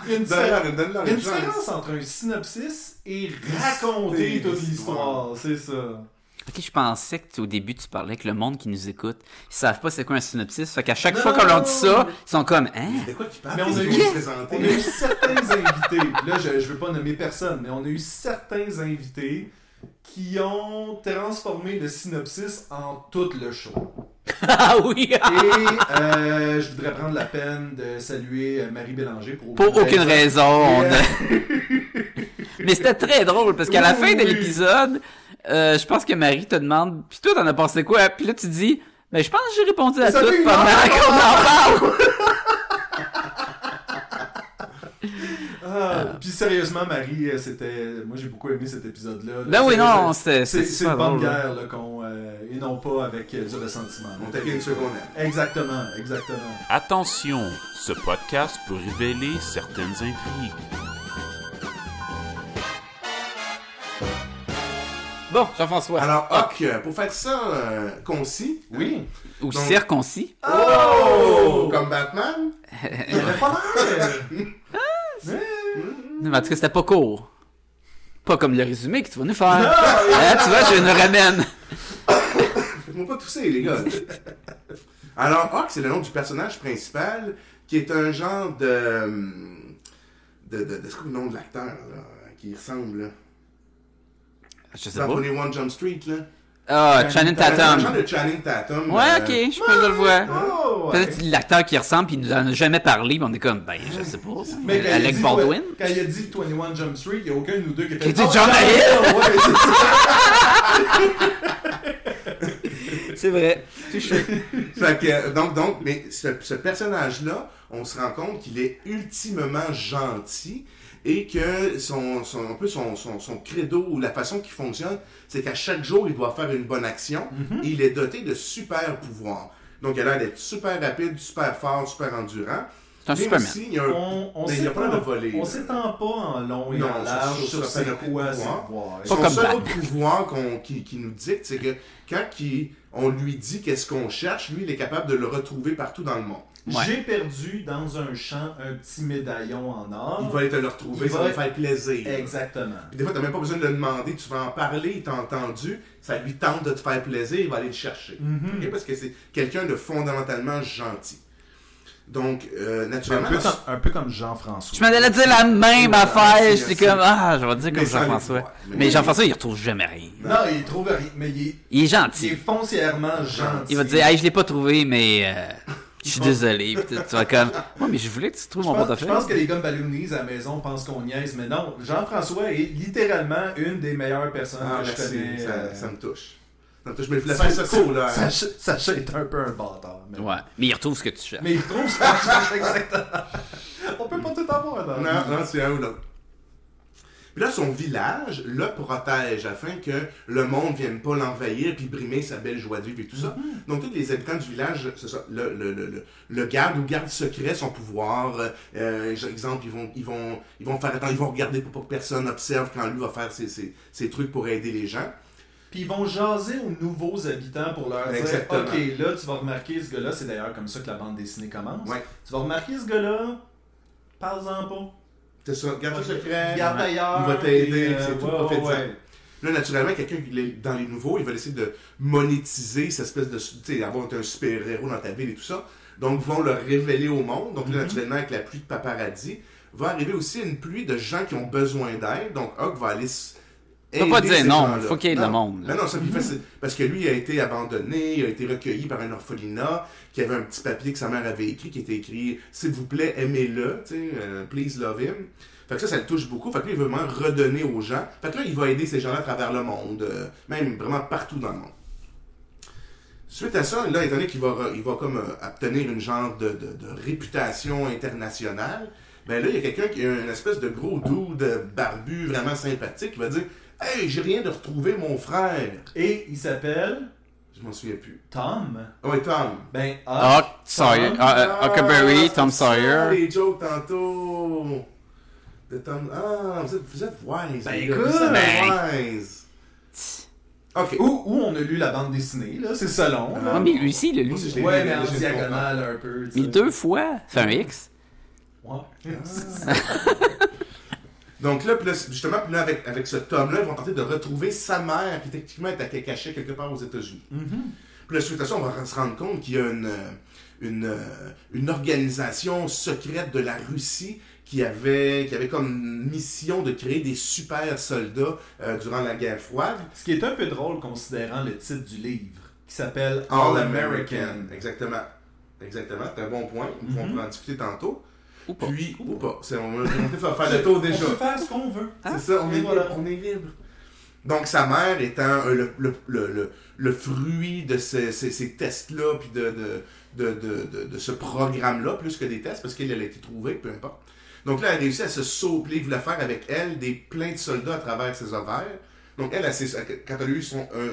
Speaker 6: une différence.
Speaker 4: D'ailleurs, donne-leur
Speaker 6: Il y a
Speaker 4: une
Speaker 6: une
Speaker 4: chance.
Speaker 6: différence entre un synopsis et raconter
Speaker 4: C'est
Speaker 6: toute
Speaker 4: l'histoire.
Speaker 6: l'histoire, c'est ça.
Speaker 5: Ok, je pensais que tu- au début tu parlais que le monde qui nous écoute, ils savent pas c'est quoi un synopsis. Fait qu'à chaque
Speaker 6: Non.
Speaker 5: fois qu'on leur dit ça, ils sont comme Hein?
Speaker 4: De quoi tu parles?
Speaker 6: Mais on a
Speaker 4: Ils vont
Speaker 6: eu,
Speaker 4: se
Speaker 6: on
Speaker 4: présenter.
Speaker 6: a eu certains invités. Là, je, je veux pas nommer personne, mais on a eu certains invités qui ont transformé le synopsis en tout le show.
Speaker 5: Ah oui!
Speaker 6: Et euh, je voudrais prendre la peine de saluer euh, Marie Bélanger pour
Speaker 5: Pour aucune raison. on a- Mais c'était très drôle parce qu'à la
Speaker 6: Oui,
Speaker 5: fin de
Speaker 6: oui.
Speaker 5: l'épisode, euh, je pense que Marie te demande, puis toi t'en as pensé quoi Puis là tu dis, ben je pense que j'ai répondu à
Speaker 6: Ça
Speaker 5: tout
Speaker 6: fait une
Speaker 5: pendant qu'on en parle.
Speaker 6: Ah, Puis sérieusement, Marie, euh, c'était. Moi, j'ai beaucoup aimé cet épisode-là.
Speaker 5: Ben oui,
Speaker 6: Sérieusement,
Speaker 5: non, c'est
Speaker 6: c'est c'est
Speaker 5: super
Speaker 6: une bonne
Speaker 5: drôle. là.
Speaker 6: guerre là, qu'on euh, et non pas avec euh, du ressentiment.
Speaker 4: On t'a fait une seconde. hein.
Speaker 6: Exactement, exactement.
Speaker 7: Attention, ce podcast peut révéler certaines intrigues.
Speaker 5: Bon, Jean-François.
Speaker 4: Alors, Hoc, euh, pour faire ça euh, concis,
Speaker 6: Oui.
Speaker 5: ou
Speaker 4: donc-
Speaker 5: circoncis.
Speaker 4: Oh! Comme Batman?
Speaker 6: Il y avait pas mal.
Speaker 5: Non, mais en tout cas, c'était pas court. Pas comme le résumé que tu vas nous faire.
Speaker 6: Ah,
Speaker 5: Hein, tu vois, je nous ramène.
Speaker 4: Faites-moi pas tousser, les gars. Alors, Hawk, c'est le nom du personnage principal qui est un genre de. de. de. de- c'est quoi le nom de l'acteur, là, qui ressemble, là
Speaker 5: Je sais pas.
Speaker 4: Dans 21 Jump Street, là.
Speaker 5: Ah, Channing
Speaker 4: Un genre
Speaker 5: Tatum.
Speaker 4: de Channing Tatum.
Speaker 5: Ouais,
Speaker 4: euh,
Speaker 5: ok, je peux le voir.
Speaker 6: Oh, ouais.
Speaker 5: Peut-être l'acteur qui ressemble, puis il nous en a jamais parlé, mais on est comme, ben, je sais pas.
Speaker 6: Mais quand il a
Speaker 5: Alec
Speaker 6: dit-
Speaker 5: Baldwin?
Speaker 6: Quand il a dit 21 Jump Street, il n'y a aucun de nous deux qui a
Speaker 5: Qui
Speaker 6: fait.
Speaker 5: a dit
Speaker 6: Oh,
Speaker 5: John Hill!
Speaker 6: Ouais, c'est ça.
Speaker 5: C'est vrai.
Speaker 4: Fait que, euh, donc, donc, mais ce, ce personnage-là, on se rend compte qu'il est ultimement gentil et que son, son, un peu son, son, son credo ou la façon qu'il fonctionne, c'est qu'à chaque jour, il doit faire une bonne action.
Speaker 5: Mm-hmm.
Speaker 4: et il est doté de super pouvoirs. Donc, il a l'air d'être super rapide, super fort, super endurant.
Speaker 5: C'est un
Speaker 4: Mais
Speaker 5: Superman.
Speaker 4: aussi, il y a un-
Speaker 6: On, on
Speaker 4: mais il y a
Speaker 6: s'étend-
Speaker 4: pas de voler.
Speaker 6: On
Speaker 4: là.
Speaker 6: s'étend pas en long et
Speaker 4: Non,
Speaker 6: en large
Speaker 4: sur-
Speaker 6: sur
Speaker 4: sur sa
Speaker 6: c'est
Speaker 4: panoplie
Speaker 6: quoi
Speaker 4: de
Speaker 6: ses
Speaker 4: pouvoirs.
Speaker 6: pouvoirs.
Speaker 5: Pas
Speaker 4: Son
Speaker 5: comme
Speaker 4: seul
Speaker 5: Batman.
Speaker 4: autre pouvoir qu'on- qui, qui nous dicte, c'est que quand qu'il- on lui dit qu'est-ce qu'on cherche, lui, il est capable de le retrouver partout dans le monde.
Speaker 5: Ouais.
Speaker 6: J'ai perdu dans un champ un petit médaillon en or.
Speaker 4: Il va aller te le retrouver,
Speaker 6: Ah. Il
Speaker 4: ça
Speaker 6: va-
Speaker 4: va lui faire plaisir.
Speaker 6: Exactement.
Speaker 4: Puis des fois, t'as même pas besoin de le demander, tu vas en parler, il t'a entendu, ça lui tente de te faire plaisir, il va aller le chercher.
Speaker 6: Mhm.
Speaker 4: Ok? Parce que c'est quelqu'un de fondamentalement gentil. Donc, euh,
Speaker 6: Un
Speaker 4: naturellement,
Speaker 6: peu, comme, un peu comme Jean-François.
Speaker 5: Je m'en allais dire la même
Speaker 4: Oui,
Speaker 5: affaire,
Speaker 4: merci, merci.
Speaker 5: j'étais comme, ah, je vais
Speaker 4: Mais
Speaker 5: dire comme
Speaker 4: sans les
Speaker 5: Jean-François.
Speaker 4: pouvoirs. Mais-
Speaker 5: Mais Jean-François, il retrouve jamais rien.
Speaker 6: Non, il trouve rien, mais il est,
Speaker 5: Il est
Speaker 6: il est
Speaker 5: gentil.
Speaker 6: foncièrement gentil.
Speaker 5: Il va te dire, hey, je l'ai pas trouvé, mais euh, je suis désolé. Puis tu tu vas comme, ouais, mais je voulais que tu trouves
Speaker 6: Je
Speaker 5: mon
Speaker 6: pense, je
Speaker 5: portefeuille.
Speaker 6: pense que les gars de Balloonies à la maison pensent qu'on niaise, mais non. Jean-François est littéralement une des meilleures personnes
Speaker 4: Ah,
Speaker 6: que je
Speaker 4: merci,
Speaker 6: connais.
Speaker 4: ça,
Speaker 6: euh,
Speaker 4: ça me touche. Attends, je me la pince au cou, là.
Speaker 6: Sacha, Sacha est un peu un bâtard. Mais,
Speaker 5: Ouais. Mais il retrouve ce que tu cherches.
Speaker 6: mais il trouve Sacha, exactement. On peut pas tout avoir dans la vie.
Speaker 4: Non, non, c'est un ou l'autre. Puis là, son village le protège afin que le monde vienne pas l'envahir puis brimer sa belle joie de vivre et tout ça. Donc, tous les habitants du village, c'est ça, le, le, le, le, le gardent ou gardent secret son pouvoir. Euh, exemple, ils vont, ils, vont, ils vont faire attendre, ils vont regarder pour pas que personne observe quand lui va faire ses, ses, ses trucs pour aider les gens.
Speaker 6: Puis ils vont jaser aux nouveaux habitants pour leur dire
Speaker 4: Exactement.
Speaker 6: Ok, là, tu vas remarquer ce gars-là. C'est d'ailleurs comme ça que la bande dessinée commence.
Speaker 4: Ouais.
Speaker 6: Tu vas remarquer ce gars-là. Parle-en pas.
Speaker 4: C'est ça, garde le secret.
Speaker 6: Regarde ailleurs.
Speaker 4: Il va t'aider,
Speaker 6: puis, euh,
Speaker 4: c'est tout
Speaker 6: ouais,
Speaker 4: pas fait de
Speaker 6: ouais,
Speaker 4: ça.
Speaker 6: ouais.
Speaker 4: Là, naturellement, quelqu'un qui est dans les nouveaux, il va essayer de monétiser cette espèce de. Tu sais, avoir un super-héros dans ta ville et tout ça. Donc, vont le révéler au monde. Donc,
Speaker 5: Mm-hmm.
Speaker 4: là, naturellement, avec la pluie de paparazzi, va arriver aussi une pluie de gens qui ont besoin d'aide. Donc, Huck va aller. s-
Speaker 5: peut pas
Speaker 4: aider
Speaker 5: dire
Speaker 4: ces
Speaker 5: non,
Speaker 4: gens-là.
Speaker 5: faut qu'il y ait de
Speaker 4: Non.
Speaker 5: le monde, là. Mm-hmm.
Speaker 4: Non, non, ça, puis il fait- c'est- parce que lui, il a été abandonné, il a été recueilli par un orphelinat, qui avait un petit papier que sa mère avait écrit, qui était écrit S'il vous plaît, aimez-le, tu sais, euh, please love him. Fait que ça, ça le touche beaucoup. Fait que là, il veut vraiment redonner aux gens. Fait que là, il va aider ces gens-là à travers le monde, euh, même vraiment partout dans le monde. Suite à ça, là, étant donné qu'il va, re- il va comme euh, obtenir une genre de, de- de réputation internationale, ben là, il y a quelqu'un qui a une espèce de gros dude barbu vraiment sympathique qui va dire Hey, j'ai rien de retrouver mon frère.
Speaker 6: Et il s'appelle
Speaker 4: Je m'en souviens plus.
Speaker 6: Tom.
Speaker 4: Oh, et Tom.
Speaker 6: Ben,
Speaker 5: Huck,
Speaker 6: ah,
Speaker 5: Sawyer,
Speaker 6: Tom.
Speaker 5: ah, euh, Huckleberry,
Speaker 4: Ah,
Speaker 5: Tom
Speaker 4: c'est ça,
Speaker 5: Sawyer.
Speaker 4: Les jokes tantôt. De Tom. Ah, vous êtes, vous êtes wise.
Speaker 6: Ben,
Speaker 4: les gars,
Speaker 6: écoute,
Speaker 4: vous êtes
Speaker 5: ben.
Speaker 4: wise. Ok.
Speaker 6: Où, où on a lu la bande dessinée, là, c'est selon. là.
Speaker 5: Ouais, mais lui aussi, il l'a lu.
Speaker 4: Moi, si je l'ai
Speaker 6: Ouais,
Speaker 4: lu,
Speaker 6: mais en
Speaker 4: Ah, j'ai le
Speaker 6: diagonale un peu. tu
Speaker 5: Mais
Speaker 6: sais.
Speaker 5: deux fois. Fait un X.
Speaker 6: Ouais.
Speaker 4: Donc là, puis là, justement, puis là, avec, avec ce tome-là, ils vont tenter de retrouver sa mère, qui techniquement était cachée quelque part aux États-Unis. Puis là, suite à ça, on va se rendre compte qu'il y a une, une, euh, une organisation secrète de la Russie qui avait, qui avait comme mission de créer des super soldats euh, durant la guerre froide.
Speaker 6: Ce qui est un peu drôle considérant le titre du livre, qui s'appelle
Speaker 4: All
Speaker 6: All
Speaker 4: American.
Speaker 6: American.
Speaker 4: Exactement. Exactement. C'est un bon point. On va en discuter tantôt.
Speaker 5: Ou pas.
Speaker 4: Puis, Mm-hmm. ou pas. C'est- On va on va faire le tour déjà.
Speaker 6: On peut faire ce qu'on veut.
Speaker 4: C'est ça, on
Speaker 6: Ah, Et
Speaker 4: est,
Speaker 6: voilà.
Speaker 4: libre, on est libre. Donc, sa mère étant euh, le, le, le, le, le fruit de ces, ces, ces tests-là, puis de, de, de, de, de, de ce programme-là, plus que des tests, parce qu'elle elle a été trouvée, peu importe. Donc là, elle a réussi à se sauver, il voulait faire avec elle des pleins de soldats à travers ses ovaires. Donc elle, elle s'est- quand elle a eu son, euh,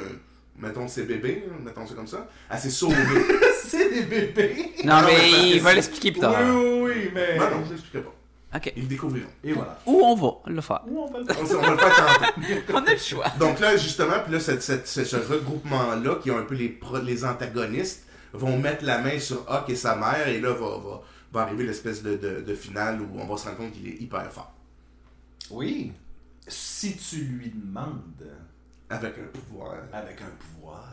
Speaker 4: mettons ses bébés, hein, mettons ça comme ça, elle s'est sauvée.
Speaker 6: C'est des bébés.
Speaker 5: Non,
Speaker 4: Non, mais
Speaker 5: mais il
Speaker 4: parce
Speaker 5: va
Speaker 4: que-
Speaker 5: l'expliquer plus
Speaker 6: Oui,
Speaker 5: tard.
Speaker 6: oui, oui, mais.
Speaker 4: non, non, je l'expliquerai pas.
Speaker 5: OK.
Speaker 4: Ils le découvriront.
Speaker 6: Et voilà.
Speaker 5: Où on va le faire.
Speaker 6: Où on va le
Speaker 4: On, on va le faire tantôt.
Speaker 5: On a le choix.
Speaker 4: Donc là, justement, puis là, cette- cette- ce, ce regroupement-là, qui ont un peu les, pro- les antagonistes, vont mettre la main sur Hawk et sa mère, et là, va, va, va arriver l'espèce de, de, de finale où on va se rendre compte qu'il est hyper fort.
Speaker 6: Oui. Si tu lui demandes,
Speaker 4: Avec un pouvoir.
Speaker 6: avec un pouvoir.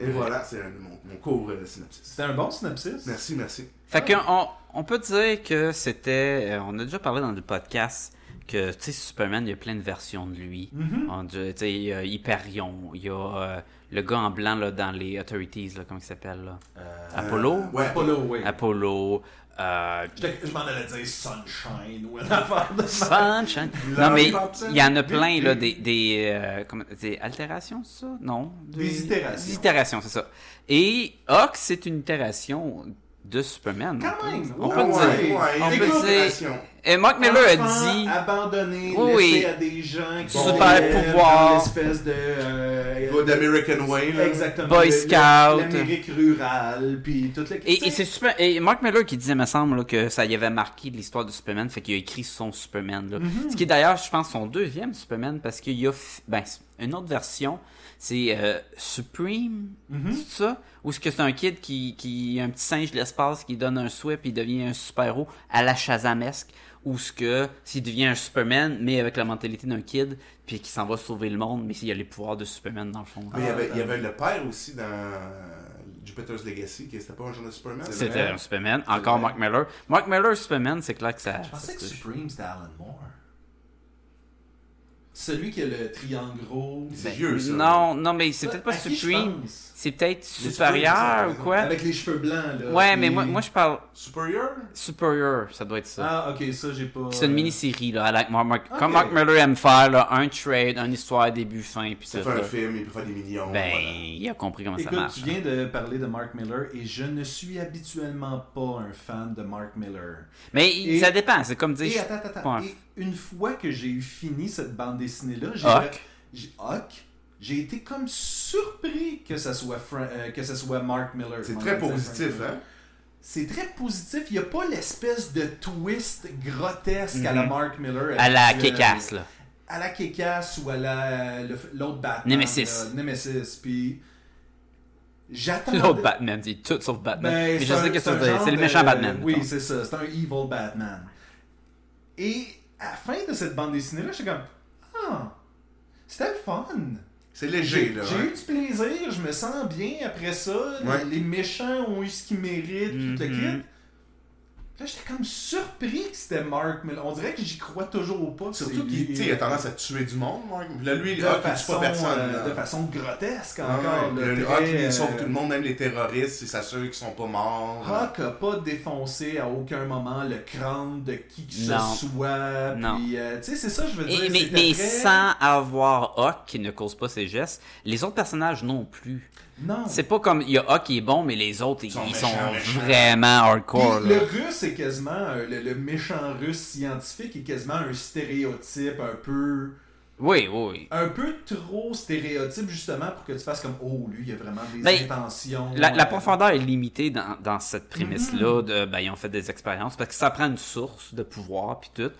Speaker 4: Et voilà, c'est un- mon, mon cours euh, synopsis.
Speaker 6: C'était un bon synopsis.
Speaker 4: Merci, merci.
Speaker 5: Fait qu'on on, on peut dire que c'était. euh, on a déjà parlé dans le podcast que, tu sais, Superman, il y a plein de versions de lui.
Speaker 6: Mm-hmm.
Speaker 5: On dit- Tu sais, il y a Hyperion, il y a euh, le gars en blanc là, dans les Authorities, là, comment il s'appelle là
Speaker 6: Euh,
Speaker 5: Apollo
Speaker 4: Euh, Ouais.
Speaker 6: Apollo, oui.
Speaker 5: Apollo. euh,
Speaker 6: Je te- je m'en allais dire Sunshine ou une affaire de ça.
Speaker 5: Sunshine. Non,
Speaker 4: Larry
Speaker 5: mais
Speaker 4: Hudson.
Speaker 5: il y en a plein, là, des, des, euh, comment- des altérations, c'est ça? Non?
Speaker 6: Des itérations.
Speaker 5: Des itérations, c'est ça. Et Ox, c'est une itération de Superman.
Speaker 6: Quand même.
Speaker 5: On
Speaker 6: ouais,
Speaker 5: peut le
Speaker 6: ouais.
Speaker 5: dire.
Speaker 4: Ah, ouais,
Speaker 5: On peut
Speaker 6: Écoute,
Speaker 5: le dire. Et Mark Miller a
Speaker 6: Enfant
Speaker 5: dit...
Speaker 6: abandonné,
Speaker 5: Oui, oui.
Speaker 6: laissé à des gens qui
Speaker 5: Super
Speaker 6: dans
Speaker 5: pouvoir.
Speaker 6: l'espèce de euh,
Speaker 4: Go d'American Way, là.
Speaker 6: Exactement.
Speaker 5: Boy
Speaker 6: le-
Speaker 5: Scout.
Speaker 6: L'Amérique rurale, puis toute la
Speaker 5: Et, et c'est super. Et Mark Miller qui disait, me semble, là, que ça y avait marqué de l'histoire de Superman, fait qu'il a écrit son Superman. là. Ce qui est d'ailleurs, je pense, son deuxième Superman, parce qu'il y a f- ben, c'est une autre version, c'est euh, Supreme, c'est ça? Ou est-ce que c'est un kid qui, qui est un petit singe de l'espace qui donne un souhait puis il devient un super-héros à la Shazamesque? Ou ce que s'il devient un Superman, mais avec la mentalité d'un kid, puis qui s'en va sauver le monde, mais s'il a les pouvoirs de Superman dans le fond. là.
Speaker 4: Mais il y, avait, il y avait le père aussi dans euh, Jupiter's Legacy, qui c'était pas un genre de Superman.
Speaker 5: C'était un Superman, encore Mark Miller. Mark Miller, Superman, c'est clair que ça.
Speaker 6: Je pensais que Supreme, c'était Alan Moore. Celui qui a le triangle rose.
Speaker 4: C'est vieux, ça.
Speaker 5: Non, non, mais Ben, c'est peut-être pas
Speaker 6: À qui je
Speaker 5: Supreme.
Speaker 6: pense?
Speaker 5: C'est peut-être
Speaker 4: Les
Speaker 5: supérieur
Speaker 4: Supremes,
Speaker 5: ou
Speaker 4: ça,
Speaker 5: quoi?
Speaker 6: Avec les cheveux blancs, là.
Speaker 5: Ouais,
Speaker 6: Et-
Speaker 5: mais moi, moi je parle
Speaker 4: Superior?
Speaker 5: supérieur, ça doit être ça.
Speaker 6: Ah, ok, ça, j'ai pas.
Speaker 5: C'est une mini-série, là, à la- moi, moi,
Speaker 6: Ok.
Speaker 5: comme Mark Miller aime faire, là, un trade, une histoire, début, fin, puis
Speaker 4: Il
Speaker 5: tout.
Speaker 4: peut faire
Speaker 5: là.
Speaker 4: un film, il peut faire des millions.
Speaker 5: Ben,
Speaker 4: voilà.
Speaker 5: il a compris comment ça
Speaker 6: Écoute,
Speaker 5: marche. hein.
Speaker 6: tu viens de parler de Mark Miller et je ne suis habituellement pas un fan de Mark Miller.
Speaker 5: Mais il-
Speaker 6: Et-
Speaker 5: ça dépend, c'est comme dire...
Speaker 6: Et
Speaker 5: je-
Speaker 6: attends, attends,
Speaker 5: pas
Speaker 6: attends.
Speaker 5: un-
Speaker 6: Et une fois que j'ai eu fini cette bande dessinée-là, j'ai.
Speaker 5: Huck.
Speaker 6: j'ai- Huck, J'ai été comme surpris que ça soit, Fra- euh, que ça soit Mark Miller.
Speaker 4: C'est
Speaker 6: On
Speaker 4: très
Speaker 6: va dire Frank
Speaker 4: positif,
Speaker 6: Miller.
Speaker 4: hein?
Speaker 6: C'est très positif. Il n'y a pas l'espèce de twist grotesque à la Mark Miller.
Speaker 5: Mhm. À la
Speaker 6: habituelle.
Speaker 5: Kékas, là.
Speaker 6: À la Kékas ou à la- le- l'autre Batman.
Speaker 5: Nemesis.
Speaker 6: là, Nemesis. Puis. J'attends.
Speaker 5: L'autre Batman, dit tout sauf Batman.
Speaker 6: Ben,
Speaker 5: mais je
Speaker 6: c'est un-
Speaker 5: sais que
Speaker 6: c'est un
Speaker 5: ça veut dire,
Speaker 6: genre
Speaker 5: c'est le
Speaker 6: de- euh,
Speaker 5: méchant Batman.
Speaker 6: Oui,
Speaker 5: mettons.
Speaker 6: c'est ça. C'est un evil Batman. Et à la fin de cette bande dessinée-là, j'étais comme Ah, c'était le fun.
Speaker 4: C'est léger, là.
Speaker 6: J'ai
Speaker 4: hein?
Speaker 6: eu du plaisir, je me sens bien après ça.
Speaker 4: Ouais.
Speaker 6: Les méchants ont eu ce qu'ils méritent, tout le
Speaker 5: Mhm.
Speaker 6: kit. Là, j'étais comme surpris que c'était Mark Miller. On dirait que j'y crois toujours pas. que c'est
Speaker 4: Surtout
Speaker 6: lui.
Speaker 4: qu'il tu sais, il a tendance à tuer du monde, Mark. Là, lui,
Speaker 6: de
Speaker 4: il Huck, il tue
Speaker 6: façon,
Speaker 4: pas personne.
Speaker 6: euh,
Speaker 4: là.
Speaker 6: de façon grotesque
Speaker 4: Ah,
Speaker 6: encore.
Speaker 4: ouais.
Speaker 6: là,
Speaker 4: Le
Speaker 6: très,
Speaker 4: Huck, il
Speaker 6: euh,
Speaker 4: sauve tout le monde, même les terroristes, il s'assure qu'ils sont pas morts.
Speaker 6: Rock a pas défoncé à aucun moment le crâne de qui que ce
Speaker 5: Non.
Speaker 6: soit.
Speaker 5: Non.
Speaker 6: Puis, euh, tu sais, c'est ça, je veux
Speaker 5: Et-
Speaker 6: dire.
Speaker 5: mais
Speaker 6: c'était
Speaker 5: mais
Speaker 6: très-
Speaker 5: sans avoir Hawk qui ne cause pas ses gestes, les autres personnages non plus.
Speaker 6: Non.
Speaker 5: C'est pas comme il y a Hawk qui est bon, mais les autres ils,
Speaker 4: sont
Speaker 5: ils
Speaker 4: méchants,
Speaker 5: sont
Speaker 4: méchants.
Speaker 5: vraiment
Speaker 6: Puis
Speaker 5: hardcore.
Speaker 6: le
Speaker 5: là.
Speaker 6: russe est quasiment. euh, le, le méchant russe scientifique est quasiment un stéréotype un peu.
Speaker 5: Oui, oui, oui.
Speaker 6: Un peu trop stéréotype, justement, pour que tu fasses comme Oh, lui, il a vraiment des
Speaker 5: Ben,
Speaker 6: intentions.
Speaker 5: La, la
Speaker 6: Euh,
Speaker 5: profondeur est limitée dans, dans cette prémisse-là de ben, ils ont fait des expériences parce que ça prend une source de pouvoir puis tout.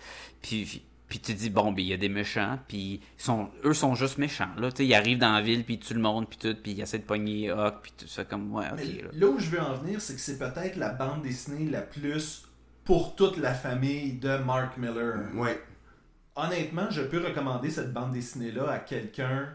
Speaker 5: Puis, puis- puis tu dis bon ben il y a des méchants puis ils sont eux sont juste méchants là tu sais ils arrivent dans la ville puis ils tuent le monde puis tout puis ils essaient de pogner Hawk puis tout ça comme ouais
Speaker 6: Mais
Speaker 5: ok là.
Speaker 6: là où je veux en venir, c'est que c'est peut-être la bande dessinée la plus pour toute la famille de Mark Miller.
Speaker 4: Ouais.
Speaker 6: Honnêtement, je peux recommander cette bande dessinée-là à quelqu'un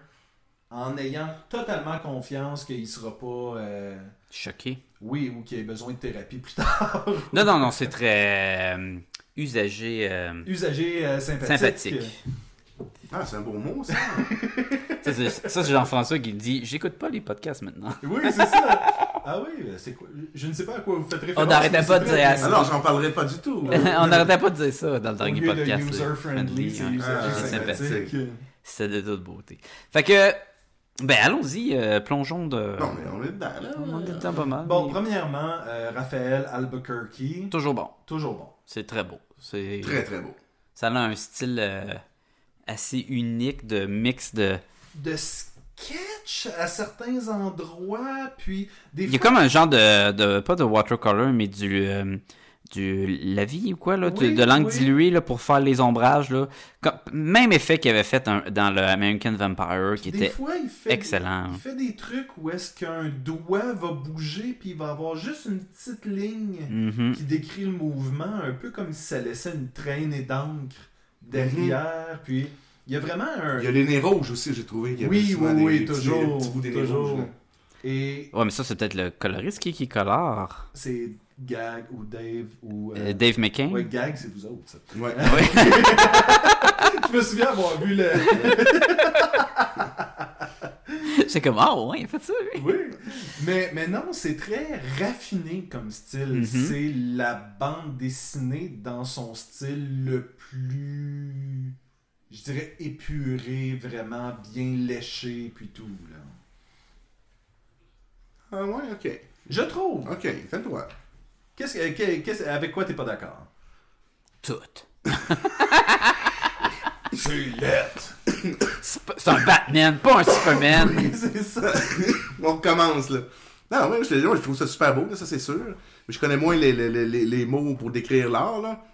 Speaker 6: en ayant totalement confiance qu'il sera pas. euh,
Speaker 5: choqué
Speaker 6: Oui, ou qu'il ait besoin de thérapie plus tard.
Speaker 5: non non non c'est très euh, usagé euh,
Speaker 6: Usager euh, sympathique.
Speaker 5: sympathique
Speaker 4: Ah, c'est un beau mot, ça.
Speaker 5: ça c'est ça, c'est Jean-François qui me dit j'écoute pas les podcasts maintenant
Speaker 6: Euh, Oui, c'est ça. Ah oui, c'est quoi Je ne sais pas à quoi vous faites référence.
Speaker 5: On n'arrêtait
Speaker 6: mais
Speaker 5: pas
Speaker 6: c'est
Speaker 5: de
Speaker 6: très
Speaker 5: dire
Speaker 6: bien.
Speaker 5: à-
Speaker 4: Alors, j'en parlerai pas du tout.
Speaker 5: Ah, on n'arrêtait pas de dire ça dans le
Speaker 6: Au
Speaker 5: dernier
Speaker 6: lieu de
Speaker 5: podcast là.
Speaker 6: user-friendly, Ah, c'est
Speaker 5: Friendly, hein,
Speaker 4: user-friendly.
Speaker 5: c'est sympathique.
Speaker 6: sympathique.
Speaker 5: C'est de toute beauté. Fait que, ben allons-y, euh, plongeons de.
Speaker 4: Non, mais on est dedans, là.
Speaker 5: on est dedans pas mal.
Speaker 6: Bon,
Speaker 5: mais
Speaker 6: premièrement, euh, Raphaël Albuquerque,
Speaker 5: toujours bon.
Speaker 6: toujours bon.
Speaker 5: C'est très beau. C'est
Speaker 4: Très, très beau.
Speaker 5: ça a un style euh, assez unique de mix de.
Speaker 6: De sketch à certains endroits, puis des
Speaker 5: Il y a
Speaker 6: fois-
Speaker 5: comme un genre de, de- pas de watercolor, mais du euh, du lavis ou quoi là, du-
Speaker 6: Oui,
Speaker 5: de l'encre
Speaker 6: oui.
Speaker 5: diluée là pour faire les ombrages là. Comme- même effet qu'il avait fait un- dans le American Vampire qui
Speaker 6: Des
Speaker 5: était
Speaker 6: fois, il fait
Speaker 5: excellent.
Speaker 6: il fait des trucs où est-ce qu'un doigt va bouger puis il va avoir juste une petite ligne
Speaker 4: Mm.
Speaker 5: Mhm.
Speaker 6: qui décrit le mouvement, un peu comme si ça laissait une traînée d'encre derrière. Puis il y a vraiment un.
Speaker 4: Mhm. Il y a les nez rouges aussi, j'ai trouvé. qu'il y avait
Speaker 6: Oui,
Speaker 4: souvent
Speaker 6: oui,
Speaker 4: des
Speaker 6: oui,
Speaker 4: petits-
Speaker 6: toujours.
Speaker 4: des petits bouts des nez
Speaker 6: toujours.
Speaker 4: rouges, là.
Speaker 6: Et
Speaker 5: Ouais, mais ça c'est peut-être le coloriste qui qui colore.
Speaker 6: c'est Gag ou Dave ou. euh,
Speaker 5: Euh, Dave McCain.
Speaker 6: Ouais, Gag, c'est vous autres, ça.
Speaker 4: Ouais.
Speaker 6: Je me souviens avoir vu le.
Speaker 5: c'est comme ah ouais, il a fait ça. lui.
Speaker 6: Oui. Mais, mais non, c'est très raffiné comme style.
Speaker 5: Mhm.
Speaker 6: C'est la bande dessinée dans son style le plus, je dirais, épuré, vraiment bien léché, puis tout. Là.
Speaker 4: Ah, ouais, ok.
Speaker 6: Je trouve.
Speaker 4: Ok, fais-toi.
Speaker 6: Qu'est-ce, que- qu'est- qu'est-ce- avec quoi t'es pas d'accord?
Speaker 5: Tout.
Speaker 6: C'est lettre.
Speaker 5: C'est pas- c'est un Batman, pas un Superman.
Speaker 6: c'est ça.
Speaker 4: On recommence, là. Non, ouais, je te dis, moi, je trouve ça super beau, là, ça, c'est sûr. Mais je connais moins les, les, les, les- les mots pour décrire l'art, là.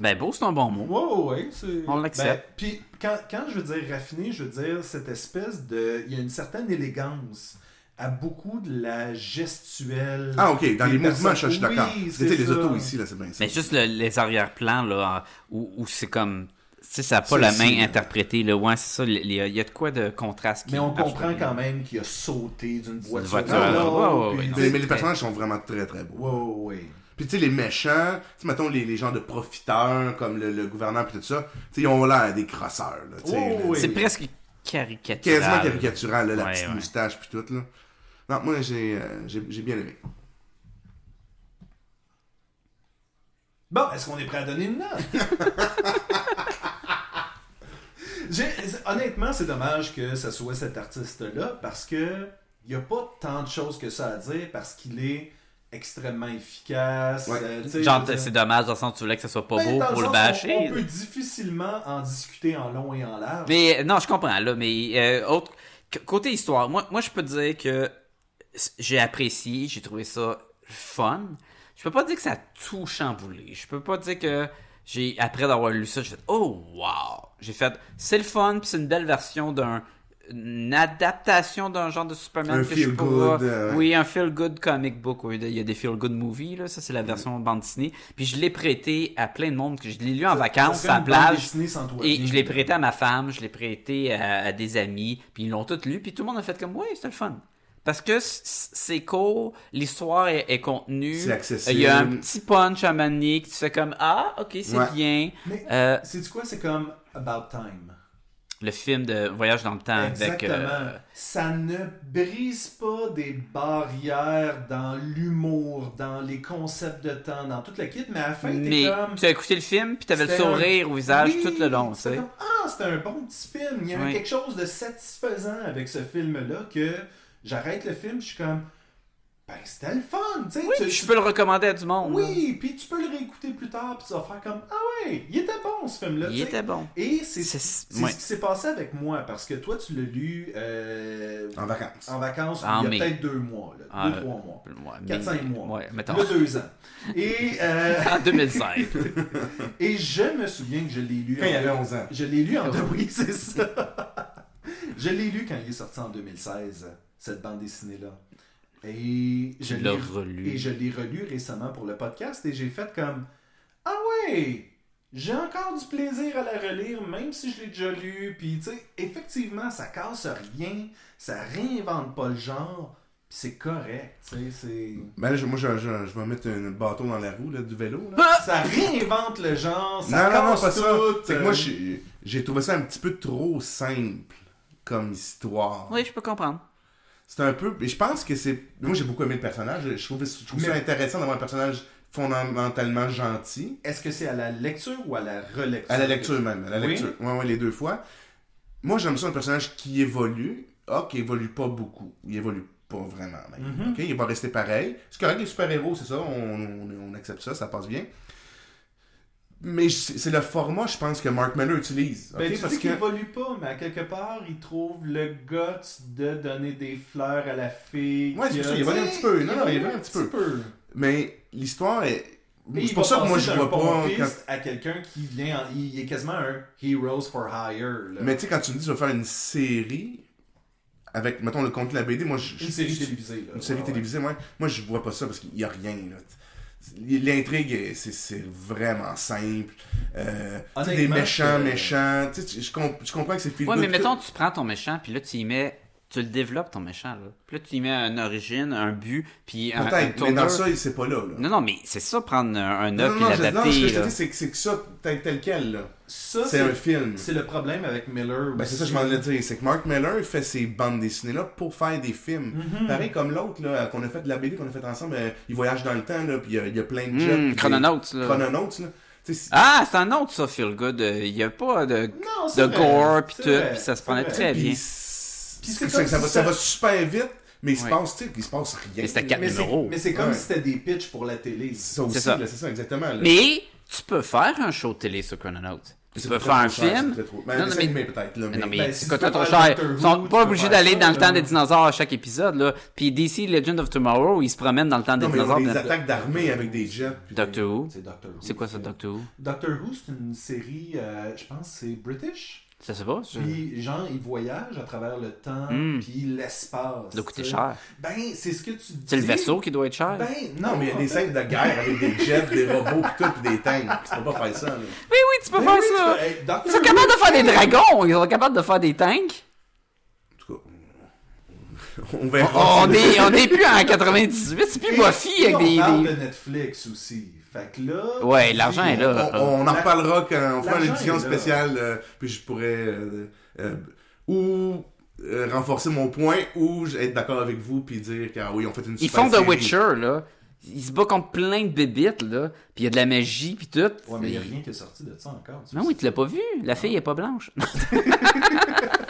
Speaker 5: ben beau, c'est un bon mot.
Speaker 6: Wow, ouais, c'est...
Speaker 5: On l'accepte.
Speaker 6: Ben, puis quand, quand je veux dire raffiné, je veux dire cette espèce de... Il y a une certaine élégance à beaucoup de la gestuelle.
Speaker 4: Ah, ok, dans
Speaker 6: des
Speaker 4: les mouvements, je
Speaker 6: personnes.
Speaker 4: suis d'accord.
Speaker 6: Oui,
Speaker 4: Tu sais,
Speaker 6: c'est
Speaker 4: les
Speaker 6: ça.
Speaker 4: autos ici, là, c'est bien ça.
Speaker 5: Mais juste le- les arrière-plans là, en- où, où c'est comme, tu sais, ça n'a pas
Speaker 4: Ça,
Speaker 5: la
Speaker 4: c'est-
Speaker 5: main interprétée là. Ouais, c'est ça. les- les- Il y a de quoi de contraste. Qui
Speaker 6: Mais on
Speaker 5: marche
Speaker 6: comprend
Speaker 5: pas bien.
Speaker 6: quand même qu'il a sauté d'une voiture.
Speaker 5: voiture
Speaker 6: à
Speaker 5: à
Speaker 6: l'autre,
Speaker 5: l'autre. Ouais, ouais,
Speaker 6: puis-
Speaker 5: ouais,
Speaker 4: Mais,
Speaker 5: non.
Speaker 4: mais les personnages sont vraiment très, très beaux.
Speaker 6: Ouais, ouais, ouais.
Speaker 4: Puis Puis tu sais, les méchants, tu sais, mettons les, les gens de profiteurs comme le, le gouverneur puis tout ça, tu sais, ils ont l'air des crosseurs, là, tu sais.
Speaker 6: Oh,
Speaker 4: là.
Speaker 6: oui.
Speaker 5: C'est presque caricatural.
Speaker 4: Quasiment caricatural, là, la
Speaker 5: Ouais,
Speaker 4: petite
Speaker 5: ouais.
Speaker 4: moustache puis tout, là. Non, moi, j'ai euh, j'ai j'ai bien aimé.
Speaker 6: Bon, est-ce qu'on est prêt à donner une note? J'ai- Honnêtement, c'est dommage que ça soit cet artiste-là parce que il n'y a pas tant de choses que ça à dire parce qu'il est extrêmement efficace.
Speaker 4: Ouais.
Speaker 6: euh, tu sais,
Speaker 5: Genre,
Speaker 6: je veux
Speaker 5: c'est
Speaker 6: dire-
Speaker 5: dommage dans le sens où tu voulais que ça soit pas
Speaker 6: Ben,
Speaker 5: beau
Speaker 6: dans
Speaker 5: pour le
Speaker 6: sens,
Speaker 5: bâcher.
Speaker 6: On, on peut difficilement en discuter en long et en large.
Speaker 5: Mais euh, non, je comprends là, mais euh, autre c- côté histoire, moi, moi je peux te dire que s- j'ai apprécié, j'ai trouvé ça fun. Je peux pas dire que ça a tout chamboulé. Je peux pas dire que j'ai après d'avoir lu ça, j'ai fait oh wow. J'ai fait c'est le fun, puis c'est une belle version d'un une adaptation d'un genre de Superman
Speaker 4: Un
Speaker 5: que je
Speaker 4: feel
Speaker 5: pourrais-
Speaker 4: good, euh,
Speaker 5: oui un feel good comic book oui. il y a des feel good movies là ça c'est la version bande dessinée puis je l'ai prêté à plein de monde que je l'ai lu en vacances
Speaker 6: serait
Speaker 5: à la
Speaker 6: une bande
Speaker 5: plage
Speaker 6: dessinée sans toi.
Speaker 5: et je l'ai prêté à ma femme, je l'ai prêté à, à des amis, puis ils l'ont tous lu, puis tout le monde a fait comme ouais, c'était le fun. Parce que c- c- c'est court, l'histoire est, est contenue,
Speaker 4: C'est accessible.
Speaker 5: il y a un petit punch à manier que tu fais comme ah, ok, c'est
Speaker 4: Ouais.
Speaker 5: bien.
Speaker 6: Mais-
Speaker 5: Euh,
Speaker 6: C'est du quoi? C'est comme About Time.
Speaker 5: le film de Voyage dans le temps avec.
Speaker 6: Exactement.
Speaker 5: euh,
Speaker 6: Ça ne brise pas des barrières dans l'humour, dans les concepts de temps, dans toute la kit, mais à la fin, t'es
Speaker 5: mais
Speaker 6: comme...
Speaker 5: tu as écouté le film, puis t'avais le
Speaker 6: c'était un-
Speaker 5: sourire au visage
Speaker 6: Oui,
Speaker 5: tout le long, tu
Speaker 6: c'était
Speaker 5: sais.
Speaker 6: comme, Ah, c'était un bon petit film. Il y avait
Speaker 5: Oui.
Speaker 6: quelque chose de satisfaisant avec ce film-là que j'arrête le film, je suis comme... Ben, c'était le fun, tu sais. tu-
Speaker 5: Puis Je peux le recommander à du monde. là.
Speaker 6: Oui, puis tu peux le réécouter plus tard, puis tu vas faire comme Ah ouais, il était bon ce film-là.
Speaker 5: Il
Speaker 6: tu sais.
Speaker 5: était bon.
Speaker 6: Et c'est
Speaker 5: C'est-
Speaker 6: c'est
Speaker 5: ouais.
Speaker 6: ce qui s'est passé avec moi, parce que toi, tu l'as lu euh,
Speaker 4: En vacances.
Speaker 6: en vacances
Speaker 5: En
Speaker 6: il y a
Speaker 5: mai.
Speaker 6: peut-être deux mois, là,
Speaker 5: Ah,
Speaker 6: deux, trois mois.
Speaker 5: Ouais, mais-
Speaker 6: Quatre, cinq mois.
Speaker 5: Ouais, mettons.
Speaker 6: Là, deux ans. Et, euh,
Speaker 5: En 2005.
Speaker 6: et je me souviens que je l'ai lu.
Speaker 4: Quand il
Speaker 6: en-
Speaker 4: avait 11 ans.
Speaker 6: Je l'ai lu en. Oui, c'est ça. je l'ai lu quand il est sorti en 2016, cette bande dessinée-là. Et
Speaker 5: Tu
Speaker 6: je l'ai
Speaker 5: l'as
Speaker 6: et
Speaker 5: relu.
Speaker 6: je l'ai relu récemment pour le podcast et j'ai fait comme Ah ouais! J'ai encore du plaisir à la relire, même si je l'ai déjà lu. Puis, tu sais, effectivement, ça casse rien, ça réinvente pas le genre, puis c'est correct, tu sais, c'est.
Speaker 4: Ben là, je- moi, je, je, je vais mettre un bâton dans la roue là, du vélo. Là.
Speaker 6: Ça réinvente le genre, ça
Speaker 4: Ah! non, non, non,
Speaker 6: casse
Speaker 4: pas ça.
Speaker 6: tout.
Speaker 4: C'est que
Speaker 6: euh,
Speaker 4: moi, j'ai j'ai trouvé ça un petit peu trop simple comme histoire.
Speaker 5: Oui, je peux comprendre.
Speaker 4: C'est un peu. et Je pense que c'est. Moi, j'ai beaucoup aimé le personnage. Je trouve, je trouve ça
Speaker 6: Mais-
Speaker 4: intéressant d'avoir un personnage fondamentalement gentil.
Speaker 6: Est-ce que c'est à la lecture ou à la relecture
Speaker 4: À la lecture même, à la
Speaker 6: Oui.
Speaker 4: lecture. Ouais, ouais, les deux fois. Moi, j'aime ça un personnage qui évolue. Ah, qui évolue pas beaucoup. Il évolue pas vraiment, même.
Speaker 6: Mm-hmm.
Speaker 4: Ok, Il va rester pareil. C'est correct, les super-héros, c'est ça. On, on- on accepte ça, ça passe bien. Mais c'est c'est le format, je pense, que Mark Miller utilise. ok,
Speaker 6: Ben, tu
Speaker 4: parce
Speaker 6: dis qu'il
Speaker 4: que-
Speaker 6: évolue pas, mais à quelque part, il trouve le guts de donner des fleurs à la fille.
Speaker 4: Ouais, c'est
Speaker 6: qui
Speaker 4: pour
Speaker 6: a-
Speaker 4: ça, il évolue un
Speaker 6: Tu sais,
Speaker 4: petit peu. Non, non, il évolue un petit peu. Mais l'histoire est.
Speaker 6: Mais
Speaker 4: C'est pour ça que moi, je vois pas. quand-
Speaker 6: à quelqu'un qui vient, en- il est quasiment un heroes for hire. là.
Speaker 4: Mais tu sais, quand tu me dis, tu vas faire une série avec, mettons, le contenu de la BD, moi, je.
Speaker 6: une série télévisée. Là.
Speaker 4: Une série
Speaker 6: Ouais, ouais.
Speaker 4: télévisée, moi, moi, je vois pas ça parce qu'il y a rien, là. L'intrigue, est- c'est- c'est vraiment simple. Euh, tu sais, des
Speaker 6: Honnêtement, euh,
Speaker 4: méchants,
Speaker 6: je-
Speaker 4: méchants. Tu sais, tu- je, comp- je comprends que c'est feel
Speaker 5: Ouais,
Speaker 4: good,
Speaker 5: mais
Speaker 4: tout-
Speaker 5: mettons, tu prends ton méchant, puis là, tu y mets. Tu le développes, ton méchant, là. Puis là, tu y mets une origine, un but, puis un. un
Speaker 4: Peut-être, mais
Speaker 5: tourneur.
Speaker 4: dans ça, c'est pas là, là.
Speaker 5: Non, non, mais c'est ça, prendre un un œuf
Speaker 4: non,
Speaker 5: puis
Speaker 4: non, je- non, ce que
Speaker 5: l'adapter.
Speaker 4: je te
Speaker 5: là.
Speaker 4: dis, c'est que c'est que ça, tel, tel quel, là.
Speaker 6: Ça,
Speaker 4: C'est un film.
Speaker 6: C'est le problème avec Miller.
Speaker 4: Ben, c'est ça que je m'en allais dire, c'est que Mark Miller fait ces bandes dessinées-là pour faire des films.
Speaker 6: Mm-hmm.
Speaker 4: Pareil comme l'autre, là, qu'on a fait de la BD qu'on a fait ensemble, euh, il voyage dans le temps, là, puis euh, il y a plein de jets.
Speaker 5: Hmm,
Speaker 4: puis
Speaker 5: Chrononauts,
Speaker 4: des-
Speaker 5: là.
Speaker 4: Chrononauts, là. Tu sais, c'est-
Speaker 5: Ah, c'est un autre, ça, Feel Good. Euh, Il y a pas de,
Speaker 6: Non, c'est
Speaker 5: de
Speaker 6: vrai,
Speaker 5: gore, puis
Speaker 6: c'est
Speaker 5: tout,
Speaker 6: vrai,
Speaker 5: puis ça se
Speaker 6: c'est
Speaker 5: prenait
Speaker 6: vrai.
Speaker 5: très
Speaker 4: puis
Speaker 5: bien.
Speaker 4: c'est-
Speaker 6: Puis c'est
Speaker 4: c'est
Speaker 6: comme
Speaker 4: que ça,
Speaker 6: si
Speaker 4: va, ça
Speaker 6: ça-
Speaker 4: va super vite, mais il se
Speaker 5: Ouais.
Speaker 4: passe, tu sais, il se passe rien.
Speaker 5: Mais c'était quatre
Speaker 6: Mais c'est-
Speaker 5: numéros.
Speaker 6: Mais c'est comme
Speaker 4: Ouais.
Speaker 6: si c'était des pitchs pour la télé.
Speaker 4: C'est ça aussi,
Speaker 5: C'est
Speaker 4: là,
Speaker 5: ça.
Speaker 4: c'est ça. exactement. là.
Speaker 5: Mais tu peux faire un show de télé sur Chrononauts. Tu
Speaker 4: C'est
Speaker 5: peux
Speaker 4: très
Speaker 5: faire un
Speaker 4: trop cher,
Speaker 5: film.
Speaker 4: c'est très trop- Ben,
Speaker 5: Non, non,
Speaker 4: dessin
Speaker 5: mais-
Speaker 4: animé, peut-être, là,
Speaker 5: Mais non,
Speaker 4: mais-
Speaker 5: mais
Speaker 6: Ben, si
Speaker 5: c'est
Speaker 6: tu
Speaker 5: quand
Speaker 6: peux
Speaker 5: trop
Speaker 6: faire
Speaker 5: cher.
Speaker 6: Doctor
Speaker 5: Ils sont
Speaker 6: Who,
Speaker 5: pas
Speaker 6: tu peux
Speaker 5: obligés
Speaker 6: faire
Speaker 5: d'aller
Speaker 6: ça,
Speaker 5: dans le temps
Speaker 6: là.
Speaker 5: des dinosaures à chaque épisode, là. Puis DC Legend of Tomorrow, ils se promènent dans le temps des
Speaker 4: Non, mais ils ont des
Speaker 5: dinosaures. dans-
Speaker 4: attaques d'armée avec des jets. puis-
Speaker 5: Doctor Who.
Speaker 6: C'est Doctor Who.
Speaker 5: C'est quoi ça, Doctor Who?
Speaker 6: Doctor Who, c'est une série, euh, je pense, que c'est british.
Speaker 5: Ça se passe?
Speaker 6: Puis, genre, il voyage à travers le temps,
Speaker 5: Mm.
Speaker 6: puis l'espace.
Speaker 5: Ça doit coûter
Speaker 6: tu sais.
Speaker 5: cher.
Speaker 6: Ben, c'est ce que tu dis.
Speaker 5: C'est le vaisseau qui doit être cher.
Speaker 6: Ben,
Speaker 4: Non, mais il y a des scènes de guerre avec des jets, des robots, pis tout, pis des tanks. Tu peux pas faire ça, là.
Speaker 5: Oui, oui, tu
Speaker 6: ben
Speaker 5: peux faire ça. Ils sont
Speaker 6: C'est
Speaker 5: capables de faire des dragons, ils sont capables de faire des tanks.
Speaker 4: En tout cas, On verra.
Speaker 6: Ah,
Speaker 5: On est, on est plus en 98, c'est plus Buffy avec des...
Speaker 6: parle
Speaker 5: des-
Speaker 6: de Netflix aussi. Fait que là.
Speaker 5: Ouais, l'argent est là.
Speaker 4: On, on en reparlera quand on fera une
Speaker 6: L'argent
Speaker 4: édition
Speaker 6: est là.
Speaker 4: spéciale, euh, puis je pourrais euh, euh, ou euh, renforcer mon point, ou j- être d'accord avec vous, puis dire que ah oui, on fait une
Speaker 5: Ils
Speaker 4: super
Speaker 5: font The
Speaker 4: série.
Speaker 5: Witcher, là. Ils se battent contre plein de bébites, là. Puis il y a de la magie, puis tout.
Speaker 6: Ouais, mais il n'y a rien qui est sorti de ça encore. tu
Speaker 5: Non,
Speaker 6: sais.
Speaker 5: oui, tu l'as pas vu. La fille est pas blanche.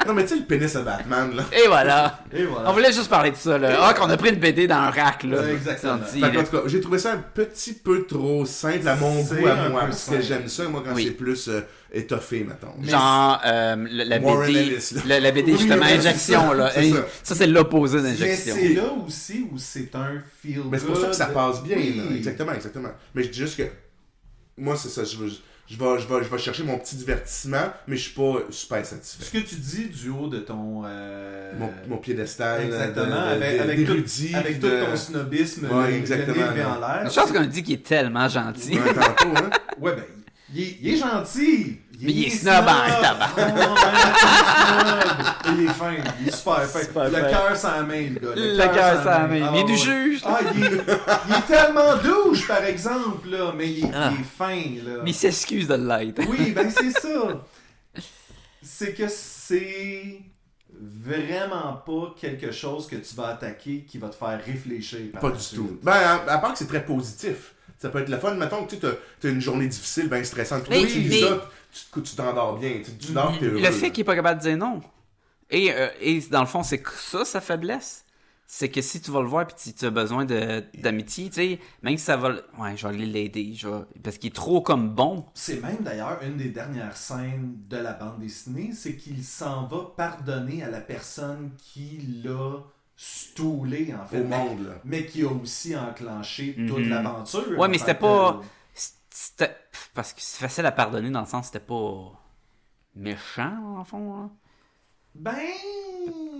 Speaker 4: Non, mais tu sais, le pénis à Batman, là.
Speaker 5: Et voilà.
Speaker 6: Et
Speaker 5: On
Speaker 6: voilà.
Speaker 5: voulait juste parler de ça, là. Ah, qu'on a pris une BD dans un rack, là.
Speaker 6: Ouais, exactement.
Speaker 5: C'est dit,
Speaker 4: Fait qu'en
Speaker 5: là.
Speaker 4: tout cas, j'ai trouvé ça un petit peu trop simple à mon
Speaker 6: C'est
Speaker 4: goût, à
Speaker 6: un
Speaker 4: moi,
Speaker 6: peu
Speaker 4: parce que
Speaker 6: simple.
Speaker 4: j'aime ça, moi, quand
Speaker 5: Oui.
Speaker 4: c'est plus euh, étoffé, mettons.
Speaker 5: Genre, euh, le- la,
Speaker 4: Warren
Speaker 5: BD,
Speaker 4: Ellis, là.
Speaker 5: la, la BD,
Speaker 4: Oui,
Speaker 5: justement,
Speaker 4: oui, c'est
Speaker 5: injection,
Speaker 4: ça,
Speaker 5: là.
Speaker 4: c'est
Speaker 5: Et-
Speaker 4: ça.
Speaker 5: Ça, c'est l'opposé
Speaker 6: Mais
Speaker 5: d'injection.
Speaker 6: c'est là aussi où c'est un film.
Speaker 4: Mais c'est pour ça que ça passe bien, là.
Speaker 6: Oui.
Speaker 4: Exactement, exactement. Mais je dis juste que. Moi, c'est ça. Je, veux- je, vais, je, vais, je vais chercher mon petit divertissement, mais je suis pas super satisfait.
Speaker 6: Ce que tu dis du haut de ton. euh,
Speaker 4: Mon, mon piédestal. euh,
Speaker 6: Exactement,
Speaker 4: de- de-
Speaker 6: avec,
Speaker 4: de-
Speaker 6: avec, tout,
Speaker 4: d'érudit,
Speaker 6: avec
Speaker 4: de-
Speaker 6: tout ton snobisme,
Speaker 4: Ouais,
Speaker 6: le-
Speaker 4: exactement,
Speaker 6: le nez levé
Speaker 4: là.
Speaker 6: en l'air.
Speaker 5: Une chose qu'on dit qui est tellement gentil.
Speaker 4: Ouais, tantôt, hein.
Speaker 6: Ouais, ben, il est, il est gentil.
Speaker 5: Mais il est snob en tabarnak.
Speaker 6: Oh, ouais, il est snob. Il est fin, il est super fin.
Speaker 5: Super
Speaker 6: le
Speaker 5: fin.
Speaker 6: cœur sans la main, le gars.
Speaker 5: Le cœur sans la main. Il est du
Speaker 6: ouais.
Speaker 5: juge.
Speaker 6: Ah, il est, il est tellement douche, par exemple, là, mais il, est- il est fin, là.
Speaker 5: Ah. Mais il s'excuse de l'être.
Speaker 6: Oui, ben c'est ça. C'est que c'est vraiment pas quelque chose que tu vas attaquer qui va te faire réfléchir. par
Speaker 4: Pas
Speaker 6: la
Speaker 4: du
Speaker 6: suite.
Speaker 4: tout. Ben, à, à part que c'est très positif. Ça peut être le fun. Mettons que tu sais, t'as- t'as une journée difficile, ben stressante. Puis
Speaker 5: Mais-
Speaker 4: tu lis
Speaker 5: mais-
Speaker 4: ça, tu- tu t'endors bien. Tu, tu dors, t'es heureux.
Speaker 5: Le fait qu'il est pas capable de dire non. Et, euh, et dans le fond, c'est que ça sa faiblesse. C'est que si tu vas le voir puis si tu as besoin de- d'amitié, tu sais, même si ça va. le- Ouais, je vais aller l'aider. je vais- Parce qu'il est trop comme bon.
Speaker 6: C'est même d'ailleurs une des dernières scènes de la bande dessinée, c'est qu'il s'en va pardonner à la personne qui l'a stoulé en fait.
Speaker 4: Au
Speaker 6: mais,
Speaker 4: monde, Mm-hmm. là.
Speaker 6: mais qui a aussi enclenché toute
Speaker 5: Mhm.
Speaker 6: l'aventure.
Speaker 5: Ouais, mais
Speaker 6: En
Speaker 5: c'était
Speaker 6: fait,
Speaker 5: pas-
Speaker 6: euh,
Speaker 5: C'était- Parce que c'est facile à pardonner dans le sens que c'était pas méchant, en fond. hein.
Speaker 6: Ben,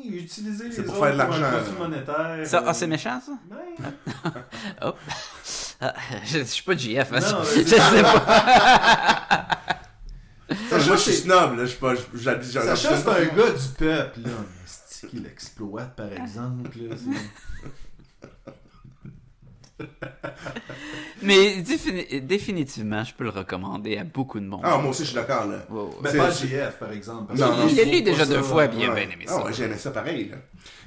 Speaker 6: utiliser les
Speaker 4: C'est pour
Speaker 6: autres
Speaker 4: faire de
Speaker 6: un
Speaker 4: l'argent,
Speaker 6: profit
Speaker 4: là.
Speaker 6: monétaire.
Speaker 5: Ça,
Speaker 6: euh,
Speaker 5: ah, c'est méchant, ça?
Speaker 6: ben,
Speaker 5: Oh. Ah, je, je suis pas GF, hein,
Speaker 6: Non,
Speaker 5: je,
Speaker 6: mais
Speaker 5: je
Speaker 6: c'est-
Speaker 5: sais pas.
Speaker 4: Ça, moi, je suis
Speaker 6: c'est-
Speaker 4: snob, là. Je suis pas. je- j'habite-
Speaker 6: Sacha,
Speaker 4: j'habite-
Speaker 6: c'est un gars du peuple, là. Mais c'est qu'il exploite, par exemple. là, c'est-
Speaker 5: Mais défini- définitivement, je peux le recommander à beaucoup de monde.
Speaker 4: Ah, moi aussi, je suis d'accord, là.
Speaker 5: Ouais, ouais.
Speaker 6: Mais
Speaker 4: C'est-
Speaker 6: Ben, pas GF, par exemple. parce
Speaker 4: Non,
Speaker 6: que
Speaker 4: non.
Speaker 6: il
Speaker 5: Je l'ai
Speaker 6: faut
Speaker 5: lu
Speaker 6: pas
Speaker 5: déjà
Speaker 6: ça,
Speaker 5: deux fois,
Speaker 6: euh,
Speaker 5: puis il a bien aimé
Speaker 4: Ah
Speaker 5: ça.
Speaker 4: ouais, j'aimais ça pareil. Là.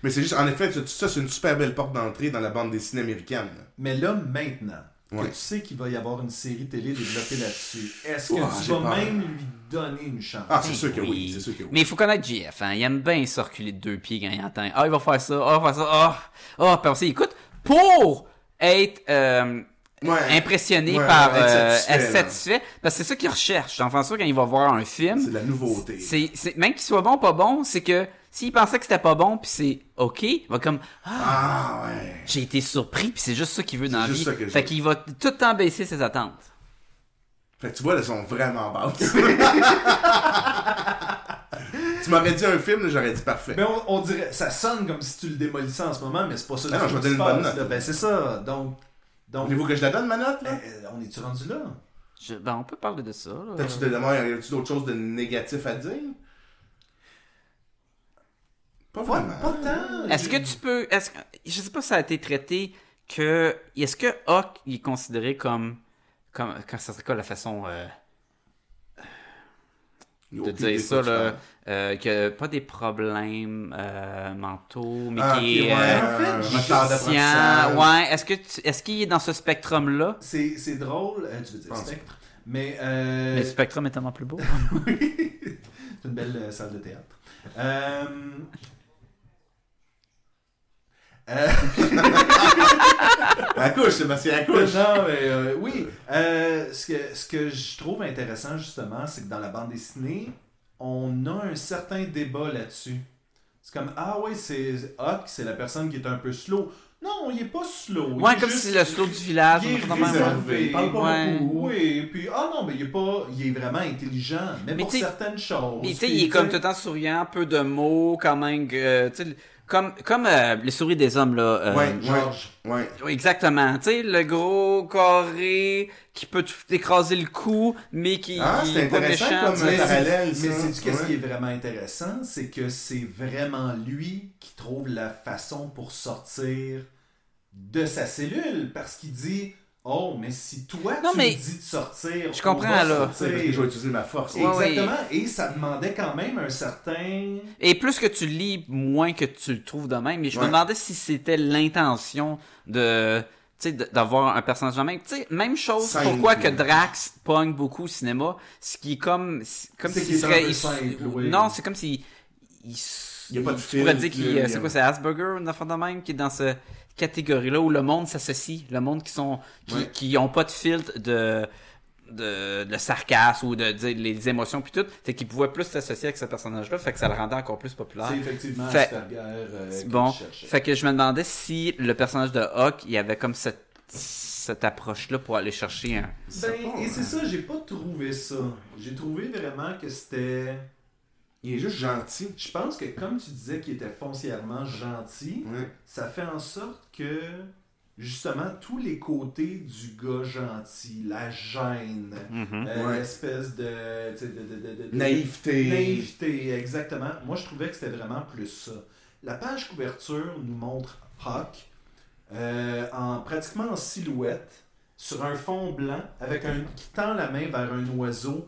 Speaker 4: Mais c'est juste, en effet, ça, ça, c'est une super belle porte d'entrée dans la bande dessinée américaine. là.
Speaker 6: Mais là, maintenant,
Speaker 4: Ouais.
Speaker 6: que tu sais qu'il va y avoir une série télé développée là-dessus, est-ce que
Speaker 4: Ouah,
Speaker 6: tu
Speaker 4: j'ai
Speaker 6: vas
Speaker 4: peur.
Speaker 6: même lui donner une chance?
Speaker 4: Ah, c'est
Speaker 5: Eh
Speaker 4: sûr que oui, c'est sûr que oui.
Speaker 5: Mais il faut connaître JF, hein. Il aime bien se reculer de deux pieds quand il entend. Ah, il va faire ça, ah, il va faire ça, ah, ah, puis on sait, écoute, pour être euh,
Speaker 4: Ouais.
Speaker 5: impressionné
Speaker 4: Ouais,
Speaker 5: par.
Speaker 4: être
Speaker 5: euh,
Speaker 4: satisfait,
Speaker 5: être
Speaker 4: là.
Speaker 5: satisfait, parce que c'est ça qu'il recherche. J'en pense ça quand il va voir un
Speaker 4: C'est de
Speaker 5: film.
Speaker 4: la nouveauté.
Speaker 5: C'est, c'est- même qu'il soit bon ou pas bon, c'est que s'il pensait que c'était pas bon, puis c'est OK, il va comme. Ah,
Speaker 4: Ah ouais.
Speaker 5: j'ai été surpris, puis c'est juste ça qu'il veut dans la
Speaker 4: juste
Speaker 5: vie.
Speaker 4: ça que je
Speaker 5: fait
Speaker 4: veux.
Speaker 5: qu'il va tout le temps baisser ses attentes.
Speaker 4: Fait que tu vois, elles sont vraiment basses. tu m'aurais dit un film, là, j'aurais dit parfait.
Speaker 6: Mais Ben, on, on dirait, ça sonne comme si tu le démolissais en ce moment, mais c'est pas ça.
Speaker 4: Ah
Speaker 6: du
Speaker 4: non,
Speaker 6: tout
Speaker 4: je vais donner
Speaker 6: qui
Speaker 4: une
Speaker 6: se
Speaker 4: bonne
Speaker 6: passe,
Speaker 4: note.
Speaker 6: là. Ben, c'est ça. Donc, donc
Speaker 4: Voulez-vous que je la donne, ma note, là?
Speaker 6: euh, on est-tu rendu là?
Speaker 5: Je- ben, on peut parler de ça. là.
Speaker 4: T'as-tu de demande, y a-tu d'autres choses de négatif à dire? Pas vraiment.
Speaker 6: Pas tant.
Speaker 5: Est-ce que tu peux. Est-ce, que- je sais pas si ça a été traité que. Est-ce que Hawk il est considéré comme. comme quand ça serait quoi la façon euh, de dire ça, là euh, Que pas des problèmes euh, mentaux, mais
Speaker 4: Ah, ok,
Speaker 5: qui est.
Speaker 4: ouais,
Speaker 5: euh,
Speaker 6: en fait,
Speaker 4: un
Speaker 6: j'ai
Speaker 4: retard
Speaker 5: déficient.
Speaker 4: d'apprentissage.
Speaker 5: Ouais, est-ce, que tu- est-ce qu'il est dans ce spectrum-là
Speaker 6: C'est c'est drôle, euh, tu veux dire
Speaker 4: Pense.
Speaker 6: spectre, mais euh,
Speaker 5: Le spectrum est tellement plus beau.
Speaker 6: C'est une belle euh, salle de théâtre. Euh... euh,
Speaker 4: À couche, Sébastien, à couche.
Speaker 6: non, mais euh, oui. Euh, ce, que, ce que je trouve intéressant, justement, c'est que dans la bande dessinée, on a un certain débat là-dessus. C'est comme, ah ouais, c'est Huck, c'est la personne qui est un peu slow. Non, il est pas slow. il
Speaker 5: ouais,
Speaker 6: est
Speaker 5: comme
Speaker 6: juste-
Speaker 5: si le slow du village.
Speaker 6: il est
Speaker 5: on va faire de même, ouais.
Speaker 6: réservé,
Speaker 4: Il parle pas
Speaker 5: Ouais.
Speaker 6: beaucoup. Oui, puis ah non, mais il est pas, il est vraiment intelligent, mais,
Speaker 5: Mais
Speaker 6: pour
Speaker 5: t'sais-
Speaker 6: certaines choses.
Speaker 5: Puis, tu sais,
Speaker 6: Puis,
Speaker 5: il est comme tout
Speaker 6: t'sais-
Speaker 5: le temps souriant, peu de mots, quand même. euh, tu sais, Comme, comme euh, les souris des hommes, là. euh,
Speaker 4: ouais, George. Ouais.
Speaker 5: oui, Exactement. Tu sais, le gros carré qui peut t'écraser le cou, mais qui
Speaker 4: Ah,
Speaker 5: qui
Speaker 4: c'est
Speaker 5: est pas
Speaker 4: intéressant
Speaker 5: méchant.
Speaker 4: comme-
Speaker 5: tu sais.
Speaker 6: Mais
Speaker 4: parallèle,
Speaker 6: c'est-
Speaker 4: ça.
Speaker 6: mais c'est-tu qu'est-ce
Speaker 4: Ouais.
Speaker 6: qui est vraiment intéressant? C'est que c'est vraiment lui qui trouve la façon pour sortir de sa cellule. Parce qu'il dit Oh, mais si toi
Speaker 5: Non,
Speaker 6: tu
Speaker 5: mais-
Speaker 6: me dis de sortir,
Speaker 5: Je
Speaker 6: on
Speaker 5: comprends,
Speaker 6: va
Speaker 5: là.
Speaker 4: C'est parce
Speaker 6: sortir.
Speaker 4: que je vais utiliser ma force.
Speaker 5: Ouais, ouais.
Speaker 6: Exactement. Et ça demandait quand même un certain.
Speaker 5: Et plus que tu lis, moins que tu le trouves de même. Mais je
Speaker 4: Ouais.
Speaker 5: me demandais si c'était l'intention de tu sais, de- d'avoir un personnage de même. Tu sais, même chose,
Speaker 4: Simple.
Speaker 5: pourquoi que Drax pogne beaucoup au cinéma, ce qui est comme, comme
Speaker 6: C'est
Speaker 5: s'il
Speaker 6: qu'il est un
Speaker 5: serait...
Speaker 6: peu
Speaker 5: il-
Speaker 6: simple, oui.
Speaker 5: Non, c'est comme s'il... Il, s-
Speaker 4: Il y a pas de
Speaker 5: tu
Speaker 4: filtre,
Speaker 5: pourrais dire qu'il- euh,
Speaker 4: il y a-
Speaker 5: C'est quoi, c'est Asperger, une affaire de même, qui est dans cette catégorie-là où le monde s'associe. Le monde qui sont... qui,
Speaker 4: Ouais.
Speaker 5: qui ont pas de filtre de... De, de sarcasme ou de, dire les émotions puis tout, c'est qu'il pouvait plus s'associer avec ce personnage-là, fait que ça le rendait encore plus populaire.
Speaker 6: C'est effectivement
Speaker 5: Fait-
Speaker 6: Asperger euh,
Speaker 5: C'est
Speaker 6: que
Speaker 5: bon.
Speaker 6: je cherchais.
Speaker 5: Fait que je me demandais si le personnage de Hawk, il avait comme cette, cette approche-là pour aller chercher un.
Speaker 6: Ben, et
Speaker 4: hein.
Speaker 6: c'est ça, j'ai pas trouvé ça. J'ai trouvé vraiment que c'était.
Speaker 4: Il est juste gentil.
Speaker 6: Je pense que comme tu disais qu'il était foncièrement gentil,
Speaker 4: Ouais.
Speaker 6: ça fait en sorte que justement tous les côtés du gars gentil, la gêne, euh,
Speaker 4: Mm-hmm. Ouais.
Speaker 6: l'espèce de, tu sais, de- de- de- de-
Speaker 4: Naïveté.
Speaker 6: naïveté, exactement. Moi, je trouvais que c'était vraiment plus ça. La page couverture nous montre Hawk euh, en pratiquement en silhouette sur un fond blanc avec un qui tend la main vers un oiseau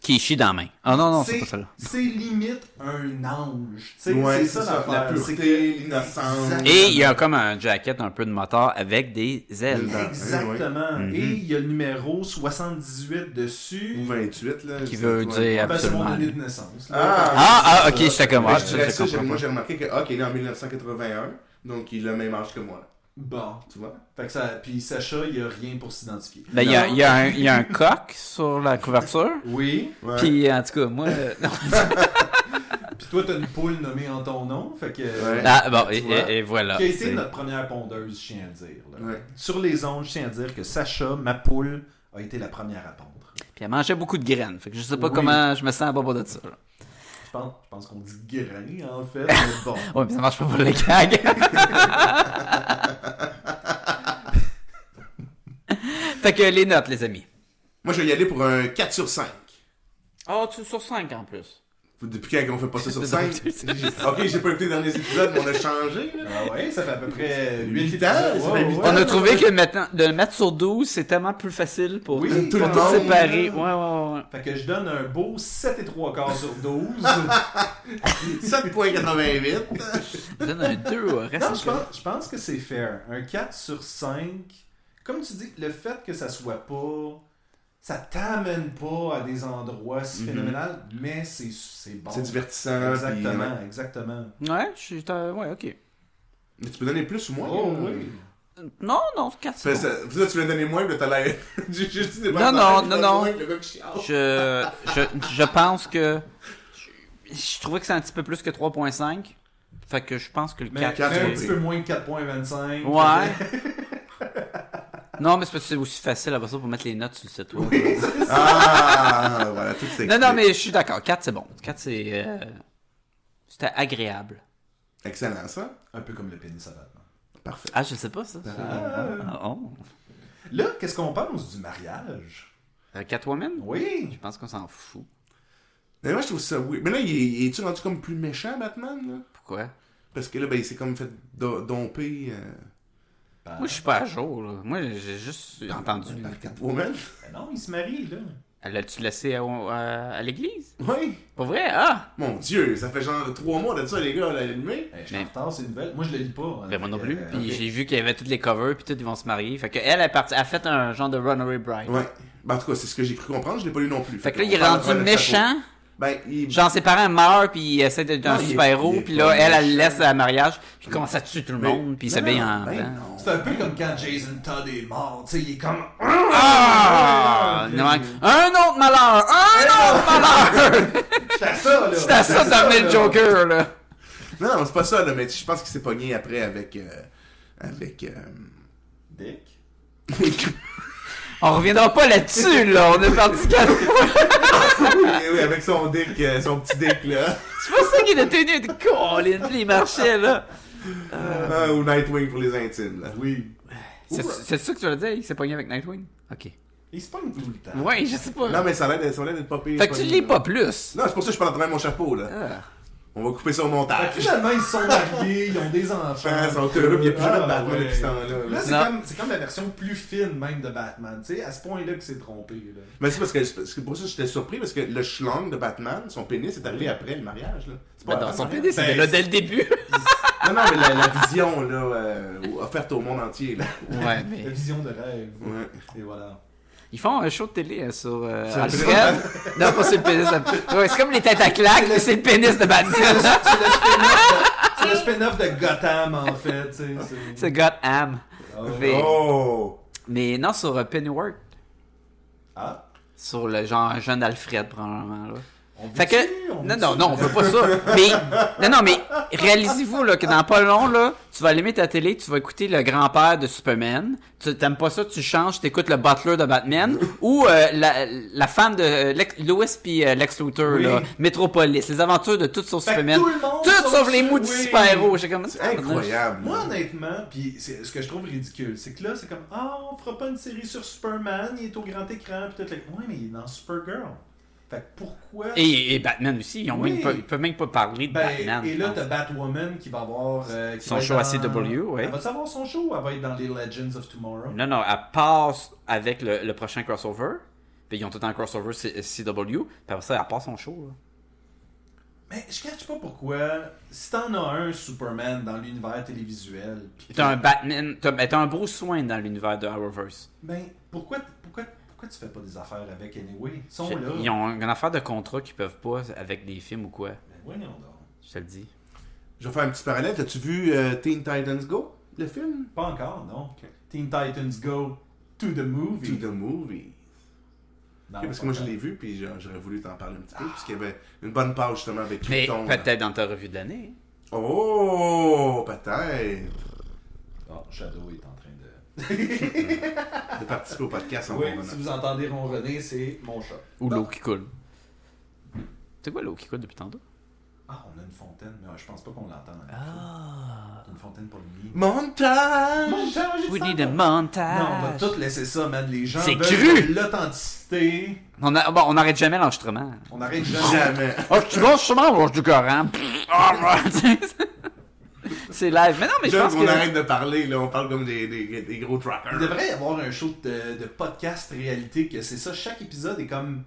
Speaker 5: Qui chie dans la main. Ah non, non, c'est
Speaker 6: c'est
Speaker 5: pas celle-là.
Speaker 6: c'est limite un ange. tu sais,
Speaker 4: Ouais,
Speaker 6: c'est ça, l'affaire,
Speaker 4: la
Speaker 6: c'est
Speaker 4: pureté,
Speaker 6: que-
Speaker 4: l'innocence.
Speaker 6: Exact-
Speaker 5: Et il y a comme un jacket un peu de motard avec des ailes.
Speaker 4: Des ailes.
Speaker 6: Exactement.
Speaker 4: Eh
Speaker 5: Mhm.
Speaker 6: Et il y a le numéro 78 dessus.
Speaker 4: Mm-hmm. Ou 28, là.
Speaker 5: Qui
Speaker 4: je
Speaker 5: veut
Speaker 4: sais pas.
Speaker 5: dire-
Speaker 6: Ah, ben, c'est mon
Speaker 5: absolument.
Speaker 6: année de naissance. là.
Speaker 4: Ah,
Speaker 5: Ah, ah, ok, j'étais comme.
Speaker 4: Mais
Speaker 5: Ah,
Speaker 4: je
Speaker 5: je,
Speaker 4: dirais
Speaker 5: je
Speaker 4: ça, j'ai-
Speaker 5: comprends
Speaker 4: moi
Speaker 5: pas.
Speaker 4: j'ai remarqué que Hawk est né en 1981, donc il a le même âge que moi,
Speaker 6: Bon.
Speaker 4: tu vois.
Speaker 6: Fait que ça, puis Sacha, il n'y a rien pour s'identifier.
Speaker 5: Ben, il y a, il y a un, il y a un coq sur la couverture.
Speaker 6: Oui.
Speaker 4: Ouais.
Speaker 5: Puis, en tout cas, moi. euh, non.
Speaker 6: Puis toi, t'as une poule nommée en ton nom. Fait que.
Speaker 4: Ouais.
Speaker 5: Ah, bon, et,
Speaker 4: Tu vois?
Speaker 5: et- et voilà.
Speaker 6: Qui a été notre première pondeuse, je tiens à dire. là.
Speaker 4: Ouais.
Speaker 6: Sur les ondes, je tiens à dire que Sacha, ma poule, a été la première à pondre.
Speaker 5: Puis, elle mangeait beaucoup de graines. Fait que je sais pas
Speaker 6: Oui.
Speaker 5: comment je me sens à propos de ça. là.
Speaker 6: Je pense, je pense qu'on dit grain, en fait. mais bon.
Speaker 5: Ouais, mais ça marche pas pour les gags. fait que les notes, les amis.
Speaker 4: Moi je vais y aller pour un 4 sur 5.
Speaker 5: Oh, tu sur 5 en plus.
Speaker 4: Depuis quand on fait pas ça sur
Speaker 5: C'est
Speaker 4: 5
Speaker 5: drôle, c'est
Speaker 4: Ok, j'ai pas écouté les derniers épisodes, mais on a changé. là.
Speaker 6: Ah ouais, ça fait à peu près 8 ans.
Speaker 4: Huit ans, ça fait huit
Speaker 5: On
Speaker 4: Ouais,
Speaker 5: a
Speaker 4: ouais,
Speaker 5: trouvé
Speaker 4: ouais.
Speaker 5: que maintenant, de le mettre sur 12, c'est tellement plus facile pour
Speaker 6: Oui,
Speaker 5: tout,
Speaker 6: tout
Speaker 5: pour
Speaker 6: le
Speaker 5: tout
Speaker 6: monde,
Speaker 5: séparer.
Speaker 6: là.
Speaker 5: Ouais, ouais, ouais.
Speaker 6: Fait que je donne un beau 7 et 3 quarts sur 12.
Speaker 4: 7.88.
Speaker 5: Je donne un 2 au reste.
Speaker 6: non, je pense, je pense que c'est fair. Un 4 sur 5. Comme tu dis, le fait que ça soit pas. Ça t'amène pas à des endroits
Speaker 5: Mhm.
Speaker 6: si phénoménal, mais c'est c'est bon.
Speaker 4: C'est divertissant. puis, hein.
Speaker 6: Exactement,
Speaker 4: ouais.
Speaker 5: hein.
Speaker 6: exactement.
Speaker 5: Ouais, je suis. euh, Ouais, ok.
Speaker 4: Mais tu peux donner plus ou moins là?
Speaker 5: Non, non, 4
Speaker 4: Fait ça- Là, tu l'as donné moins, mais t'as l'air. J'ai juste dit
Speaker 5: Non, non, non, non.
Speaker 4: Le gars qui chiale.
Speaker 5: Je, je, je pense que. Je, je trouvais que c'est un petit peu plus que 3.5. Fait que je pense que le
Speaker 6: Mais
Speaker 5: 4.
Speaker 6: mais un
Speaker 4: c'est-
Speaker 6: petit peu moins que 4.25.
Speaker 5: Ouais. non, mais c'est parce que c'est aussi facile après ça pour mettre les notes sur le site web.
Speaker 4: Ah, voilà, tout s'explique.
Speaker 5: non, non, mais je suis d'accord. 4, c'est bon. 4, c'est. euh, C'était agréable.
Speaker 4: Excellent, ça.
Speaker 6: Un peu comme le pénis à vêtements.
Speaker 4: Parfait.
Speaker 5: Ah, je sais pas ça. Ah, oh.
Speaker 6: Là, qu'est-ce qu'on pense du mariage?
Speaker 5: Euh, Catwoman
Speaker 6: Oui.
Speaker 5: Je pense qu'on s'en fout.
Speaker 4: Mais moi, je trouve ça oui. Mais là, il est- il est-tu rendu comme plus méchant, Batman, là?
Speaker 5: Pourquoi
Speaker 4: Parce que là, ben, il s'est comme fait do- domper euh,
Speaker 6: Ah.
Speaker 5: Moi, je suis pas à jour. là. Moi, j'ai juste entendu.
Speaker 4: par Catwoman.
Speaker 6: Ben non, il se marie, là.
Speaker 5: L'as-tu laissé à, à- à l'église
Speaker 4: Oui.
Speaker 5: Pas vrai Ah
Speaker 4: Mon Dieu, ça fait genre trois mois de ça, les gars, à l'animé.
Speaker 6: Ben, je suis
Speaker 5: Mais-
Speaker 6: en retard, c'est une nouvelle. Moi, je le lis pas. hein.
Speaker 5: Ben, moi non plus.
Speaker 6: Euh,
Speaker 5: Puis
Speaker 6: ok.
Speaker 5: j'ai vu qu'il y avait toutes les covers, puis tout, ils vont se marier. Fait qu'elle, elle est partie. Elle a fait un genre de runaway bride.
Speaker 4: Ouais. Ben, en tout cas, c'est ce que j'ai cru comprendre, je l'ai pas lu non plus.
Speaker 5: Fait que
Speaker 4: qu'on
Speaker 5: là, il est
Speaker 4: parle
Speaker 5: rendu
Speaker 4: vraiment de sa
Speaker 5: méchant.
Speaker 4: peau. Ben, il.
Speaker 5: Genre, ses parents meurent, puis il essaie d'être un
Speaker 4: Non, Ah, il est- il
Speaker 5: super-héros,
Speaker 4: est
Speaker 5: puis
Speaker 4: pas
Speaker 5: là, elle, elle le
Speaker 4: méchant.
Speaker 5: laisse à la mariage, puis il commence à tuer tout le monde, puis il
Speaker 4: Non,
Speaker 5: s'habille
Speaker 4: non,
Speaker 5: en
Speaker 4: ben,
Speaker 5: blanc.
Speaker 4: non.
Speaker 6: C'est un peu comme quand Jason Todd est mort. Tu sais, il est comme.
Speaker 5: Ah! Il manque Un autre malheur! Un autre malheur!
Speaker 6: C'est à ça, là.
Speaker 5: C'était ça de devenir le Joker, là!
Speaker 4: Non, non, c'est pas ça, là, mais je pense qu'il s'est pogné après avec. euh, avec. euh,
Speaker 6: Dick.
Speaker 5: On reviendra pas là-dessus, là. On est parti quatre fois.
Speaker 4: Eh oui, avec son dick, euh, son petit dick, là.
Speaker 5: C'est pour ça qu'il a tenu de colline. Puis il marchait, là.
Speaker 4: Ah, ou Nightwing pour les intimes, là.
Speaker 6: Oui.
Speaker 5: C'est c'est ça que tu voulais dire? Il s'est pogné avec Nightwing? Ok.
Speaker 6: Il se pogne tout le temps.
Speaker 5: Ouais, je sais pas.
Speaker 4: Non, mais ça a l'air d'être- ça a l'air d'être pas pire.
Speaker 5: fait que tu lis pas plus.
Speaker 4: Non, c'est pour ça que je parle de travers mon chapeau, là.
Speaker 5: Ah.
Speaker 4: On va couper ça au
Speaker 6: Fait que
Speaker 4: montage.
Speaker 6: finalement, ils sont mariés, ils ont des enfants.
Speaker 4: Ah, ils sont heureux, puis il y a plus jamais de
Speaker 6: Ah,
Speaker 4: Batman
Speaker 6: ouais.
Speaker 4: depuis ce temps-là, là.
Speaker 6: Là, c'est
Speaker 5: Non.
Speaker 6: comme, c'est comme la version plus fine même de Batman. Tu sais, à ce point-là qu'il s'est trompé. Là.
Speaker 4: Mais c'est parce que c'est pour ça que j'étais surpris, parce que le schlong de Batman, son pénis est arrivé après le mariage, là. C'est
Speaker 5: Ben, dans
Speaker 4: avant
Speaker 5: son
Speaker 4: le mariage.
Speaker 5: pénis, c'était
Speaker 6: Ben,
Speaker 5: là dès le début.
Speaker 4: Non, non, mais la, la vision, là, euh, offerte au monde entier, là.
Speaker 5: Ouais, mais.
Speaker 6: La vision de rêve.
Speaker 4: Ouais.
Speaker 6: Et voilà.
Speaker 5: Ils font un show de télé euh, sur euh,
Speaker 4: Sur le
Speaker 5: Alfred. non, pas sur le pénis. de- Ouais, c'est comme les têtes à claques, mais c'est le pénis de
Speaker 6: C'est le
Speaker 5: Batman.
Speaker 6: spin-off de- c'est le spin-off de Gotham, en fait. tu sais,
Speaker 5: c'est Gotham.
Speaker 6: Ah,
Speaker 5: Mais,
Speaker 4: Oh!
Speaker 5: mais non, sur euh, Pennyworth.
Speaker 6: Ah.
Speaker 5: Sur le genre jeune Alfred, probablement. Là.
Speaker 6: On
Speaker 5: Fait
Speaker 6: veut-tu?
Speaker 5: que.
Speaker 6: On
Speaker 5: Non,
Speaker 6: veut-tu?
Speaker 5: non, non, on veut pas ça. Mais. Non, non, mais réalisez-vous là, que dans pas long, là, tu vas allumer ta télé, tu vas écouter le grand-père de Superman. Tu t'aimes pas ça, tu changes, tu écoutes le butler de Batman. ou euh, la, la femme de euh, Lex- Lois puis euh, Lex Luthor,
Speaker 6: Oui.
Speaker 5: là, Metropolis, les aventures de toutes sauf
Speaker 6: Fait que
Speaker 5: Superman.
Speaker 6: tout le monde
Speaker 5: Toutes
Speaker 6: sauf
Speaker 5: sauf les
Speaker 6: Su-
Speaker 5: mots du
Speaker 6: oui.
Speaker 5: super-héros. J'ai comme-
Speaker 4: C'est incroyable.
Speaker 6: Moi, honnêtement, puis c'est- ce que je trouve ridicule, c'est que là, c'est comme Ah, on fera pas une série sur Superman, il est au grand écran, puis tout. le- Ouais, mais il est dans Supergirl. Fait que pourquoi.
Speaker 5: Et, et Batman aussi, ils, ont
Speaker 6: Oui.
Speaker 5: même pas- ils peuvent même pas parler de
Speaker 6: Ben,
Speaker 5: Batman.
Speaker 6: et
Speaker 5: je
Speaker 6: là,
Speaker 5: pense.
Speaker 6: t'as Batwoman qui va avoir. euh, qui
Speaker 5: Son
Speaker 6: va être
Speaker 5: show à CW, ouais.
Speaker 6: Elle va avoir son show Elle va être dans les Legends of Tomorrow.
Speaker 5: Non, non, elle passe avec le, le prochain crossover. Puis ils ont tout un crossover C- CW. Puis après ça, elle passe son show. là.
Speaker 6: Mais je cache pas pourquoi. Si t'en as un Superman dans l'univers télévisuel, pis
Speaker 5: T'as un Batman. T'as ben, t'as un beau soin dans l'univers de Arrowverse.
Speaker 6: ben pourquoi, pourquoi, pourquoi tu fais pas des affaires avec Anyway Ils sont Oh, là.
Speaker 5: Ils ont une affaire de contrat qu'ils peuvent pas avec des films ou quoi.
Speaker 6: Ben voyons donc.
Speaker 5: Je te le dis.
Speaker 4: Je vais faire un petit parallèle. T'as-tu vu euh, Teen Titans Go, le film?
Speaker 6: Pas encore, non. Teen Titans Go to the movie.
Speaker 4: To the movie.
Speaker 6: Non,
Speaker 4: Ok, parce que
Speaker 6: pas
Speaker 4: moi, je
Speaker 6: encore.
Speaker 4: l'ai vu, puis j'a- j'aurais voulu t'en parler un petit peu, puisqu'il y avait une bonne page, justement, avec
Speaker 5: Mais
Speaker 4: Krypton. là.
Speaker 5: peut-être dans ta revue de l'année.
Speaker 4: Oh, peut-être.
Speaker 6: Ah, Shadow est en train de.
Speaker 4: De participer au podcast hein, en
Speaker 6: Oui,
Speaker 4: bon
Speaker 6: si
Speaker 4: honneur.
Speaker 6: vous entendez ronronner, c'est mon chat.
Speaker 5: Ou l'eau qui coule. C'est quoi l'eau qui coule depuis tantôt?
Speaker 6: Ah, on a une fontaine, mais euh, je pense pas qu'on l'entend.
Speaker 5: Ah.
Speaker 6: Une fontaine pour le nid.
Speaker 4: Montage!
Speaker 5: We need a montage.
Speaker 6: Non, on va tout laisser ça, man. Les gens
Speaker 5: C'est
Speaker 6: veulent
Speaker 5: cru!
Speaker 6: de l'authenticité.
Speaker 5: On a- bon, on n'arrête jamais l'enregistrement.
Speaker 6: On arrête jamais.
Speaker 4: Jamais.
Speaker 5: Ah, tu vas sûrement mange du Coran. Pff, ah, ouais, tu sais, C'est live. Mais non, mais je
Speaker 4: Là,
Speaker 5: pense
Speaker 4: on
Speaker 5: que.
Speaker 4: arrête de parler, là, on parle comme des, des, des gros trackers.
Speaker 6: Il devrait y avoir un show de, de podcast réalité que c'est ça. Chaque épisode est comme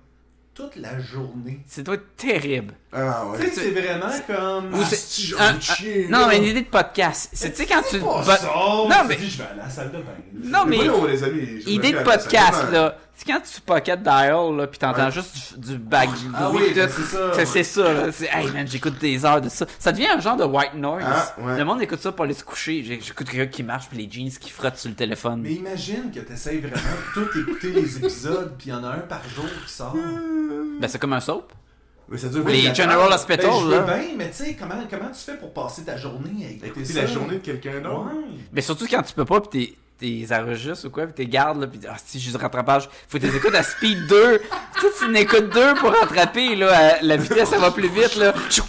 Speaker 6: toute la journée.
Speaker 5: C'est doit être terrible.
Speaker 4: Ah
Speaker 6: Tu sais,
Speaker 4: ouais.
Speaker 6: c'est vraiment comme.
Speaker 5: Ou
Speaker 6: Ah,
Speaker 5: c'est-
Speaker 4: c'est genre
Speaker 5: un-
Speaker 4: de
Speaker 5: un-
Speaker 4: chier,
Speaker 5: non,
Speaker 4: là.
Speaker 5: mais une idée de podcast. C'est tu sais quand tu.
Speaker 6: pas
Speaker 5: va-
Speaker 6: ça.
Speaker 5: Non,
Speaker 6: Tu
Speaker 5: mais-
Speaker 6: dis, je vais aller à la salle de bain.
Speaker 5: Non, mais.
Speaker 4: Voyons, les amis. je
Speaker 5: Idée
Speaker 4: me
Speaker 5: de
Speaker 4: fais à la
Speaker 5: podcast,
Speaker 4: salle.
Speaker 5: là. C'est quand tu pocket dial, là, pis t'entends
Speaker 4: Ouais.
Speaker 5: juste du, du back.
Speaker 6: Ah
Speaker 5: bruit
Speaker 6: oui,
Speaker 5: de-
Speaker 6: ben, c'est ça.
Speaker 5: C'est c'est ça, là. C'est, hey, man, j'écoute des heures de ça. Ça devient un genre de white noise.
Speaker 4: Ah, ouais.
Speaker 5: Le monde écoute ça pour aller se coucher. J'ai- J'écoute quelqu'un qui marche pis les jeans qui frottent sur le téléphone.
Speaker 6: Mais imagine que t'essayes vraiment de tout écouter les épisodes, puis il y en a un par jour qui sort.
Speaker 5: Ben, c'est comme un soap.
Speaker 4: Mais ça dure
Speaker 5: Les
Speaker 4: 24
Speaker 5: General
Speaker 4: heures.
Speaker 6: Ben,
Speaker 5: Hospital,
Speaker 6: je
Speaker 5: là.
Speaker 6: veux bien, mais tu sais, comment, comment tu fais pour passer ta journée à écouter
Speaker 4: Écoutez
Speaker 6: ça?
Speaker 4: la journée de quelqu'un d'autre.
Speaker 6: Ouais.
Speaker 5: Mais surtout quand tu peux pas, pis t'es t'es enregistres ou quoi, pis t'es gardes, là, pis ah, si, j'ai du rattrapage. Faut que t'es écoutes à speed 2. tu sais, tu n'écoutes 2 pour rattraper, là, à- la vitesse, ça va plus vite, là.
Speaker 6: Je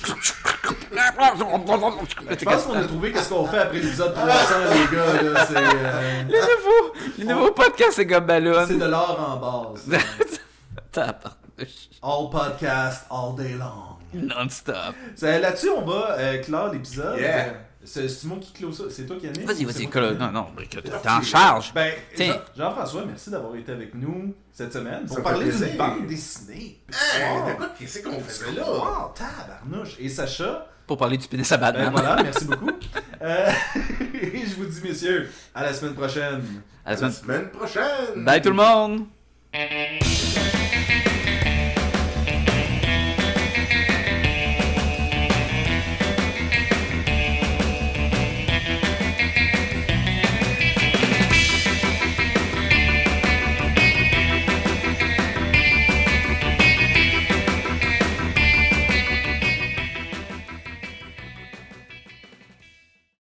Speaker 6: pense qu'on a trouvé qu'est-ce qu'on fait après l'épisode 300, les gars. là, C'est euh,
Speaker 5: Le nouveau, le nouveau podcast, c'est comme ballon.
Speaker 6: c'est de l'or en base.
Speaker 5: Tabarnouche.
Speaker 6: All podcast, all day long.
Speaker 5: Non-stop.
Speaker 6: C'est- Là-dessus, on va euh, clore l'épisode.
Speaker 4: Yeah.
Speaker 6: Euh, C'est c'est moi qui close ça. C'est toi qui anime?
Speaker 5: Vas-y, vas-y,
Speaker 6: C'est moi qui
Speaker 5: Colo.
Speaker 6: anime?
Speaker 5: Non, non, mais que t'es en charge.
Speaker 6: Ben,
Speaker 5: Tiens.
Speaker 6: Jean- Jean-François, merci d'avoir été avec nous cette semaine pour
Speaker 4: Ça fait
Speaker 6: parler d'une
Speaker 4: plaisir. Eh,
Speaker 6: bande dessinée.
Speaker 4: Hey,
Speaker 6: Wow.
Speaker 4: écoute, qu'est-ce qu'on fait là?
Speaker 6: Wow, tabarnouche. Et Sacha,
Speaker 5: Pour parler du pénis à
Speaker 6: ben
Speaker 5: Batman.
Speaker 6: voilà, merci beaucoup. Euh, et je vous dis, messieurs, à la semaine prochaine.
Speaker 5: À la
Speaker 4: La
Speaker 5: semaine-
Speaker 4: semaine prochaine!
Speaker 5: Bye tout le monde!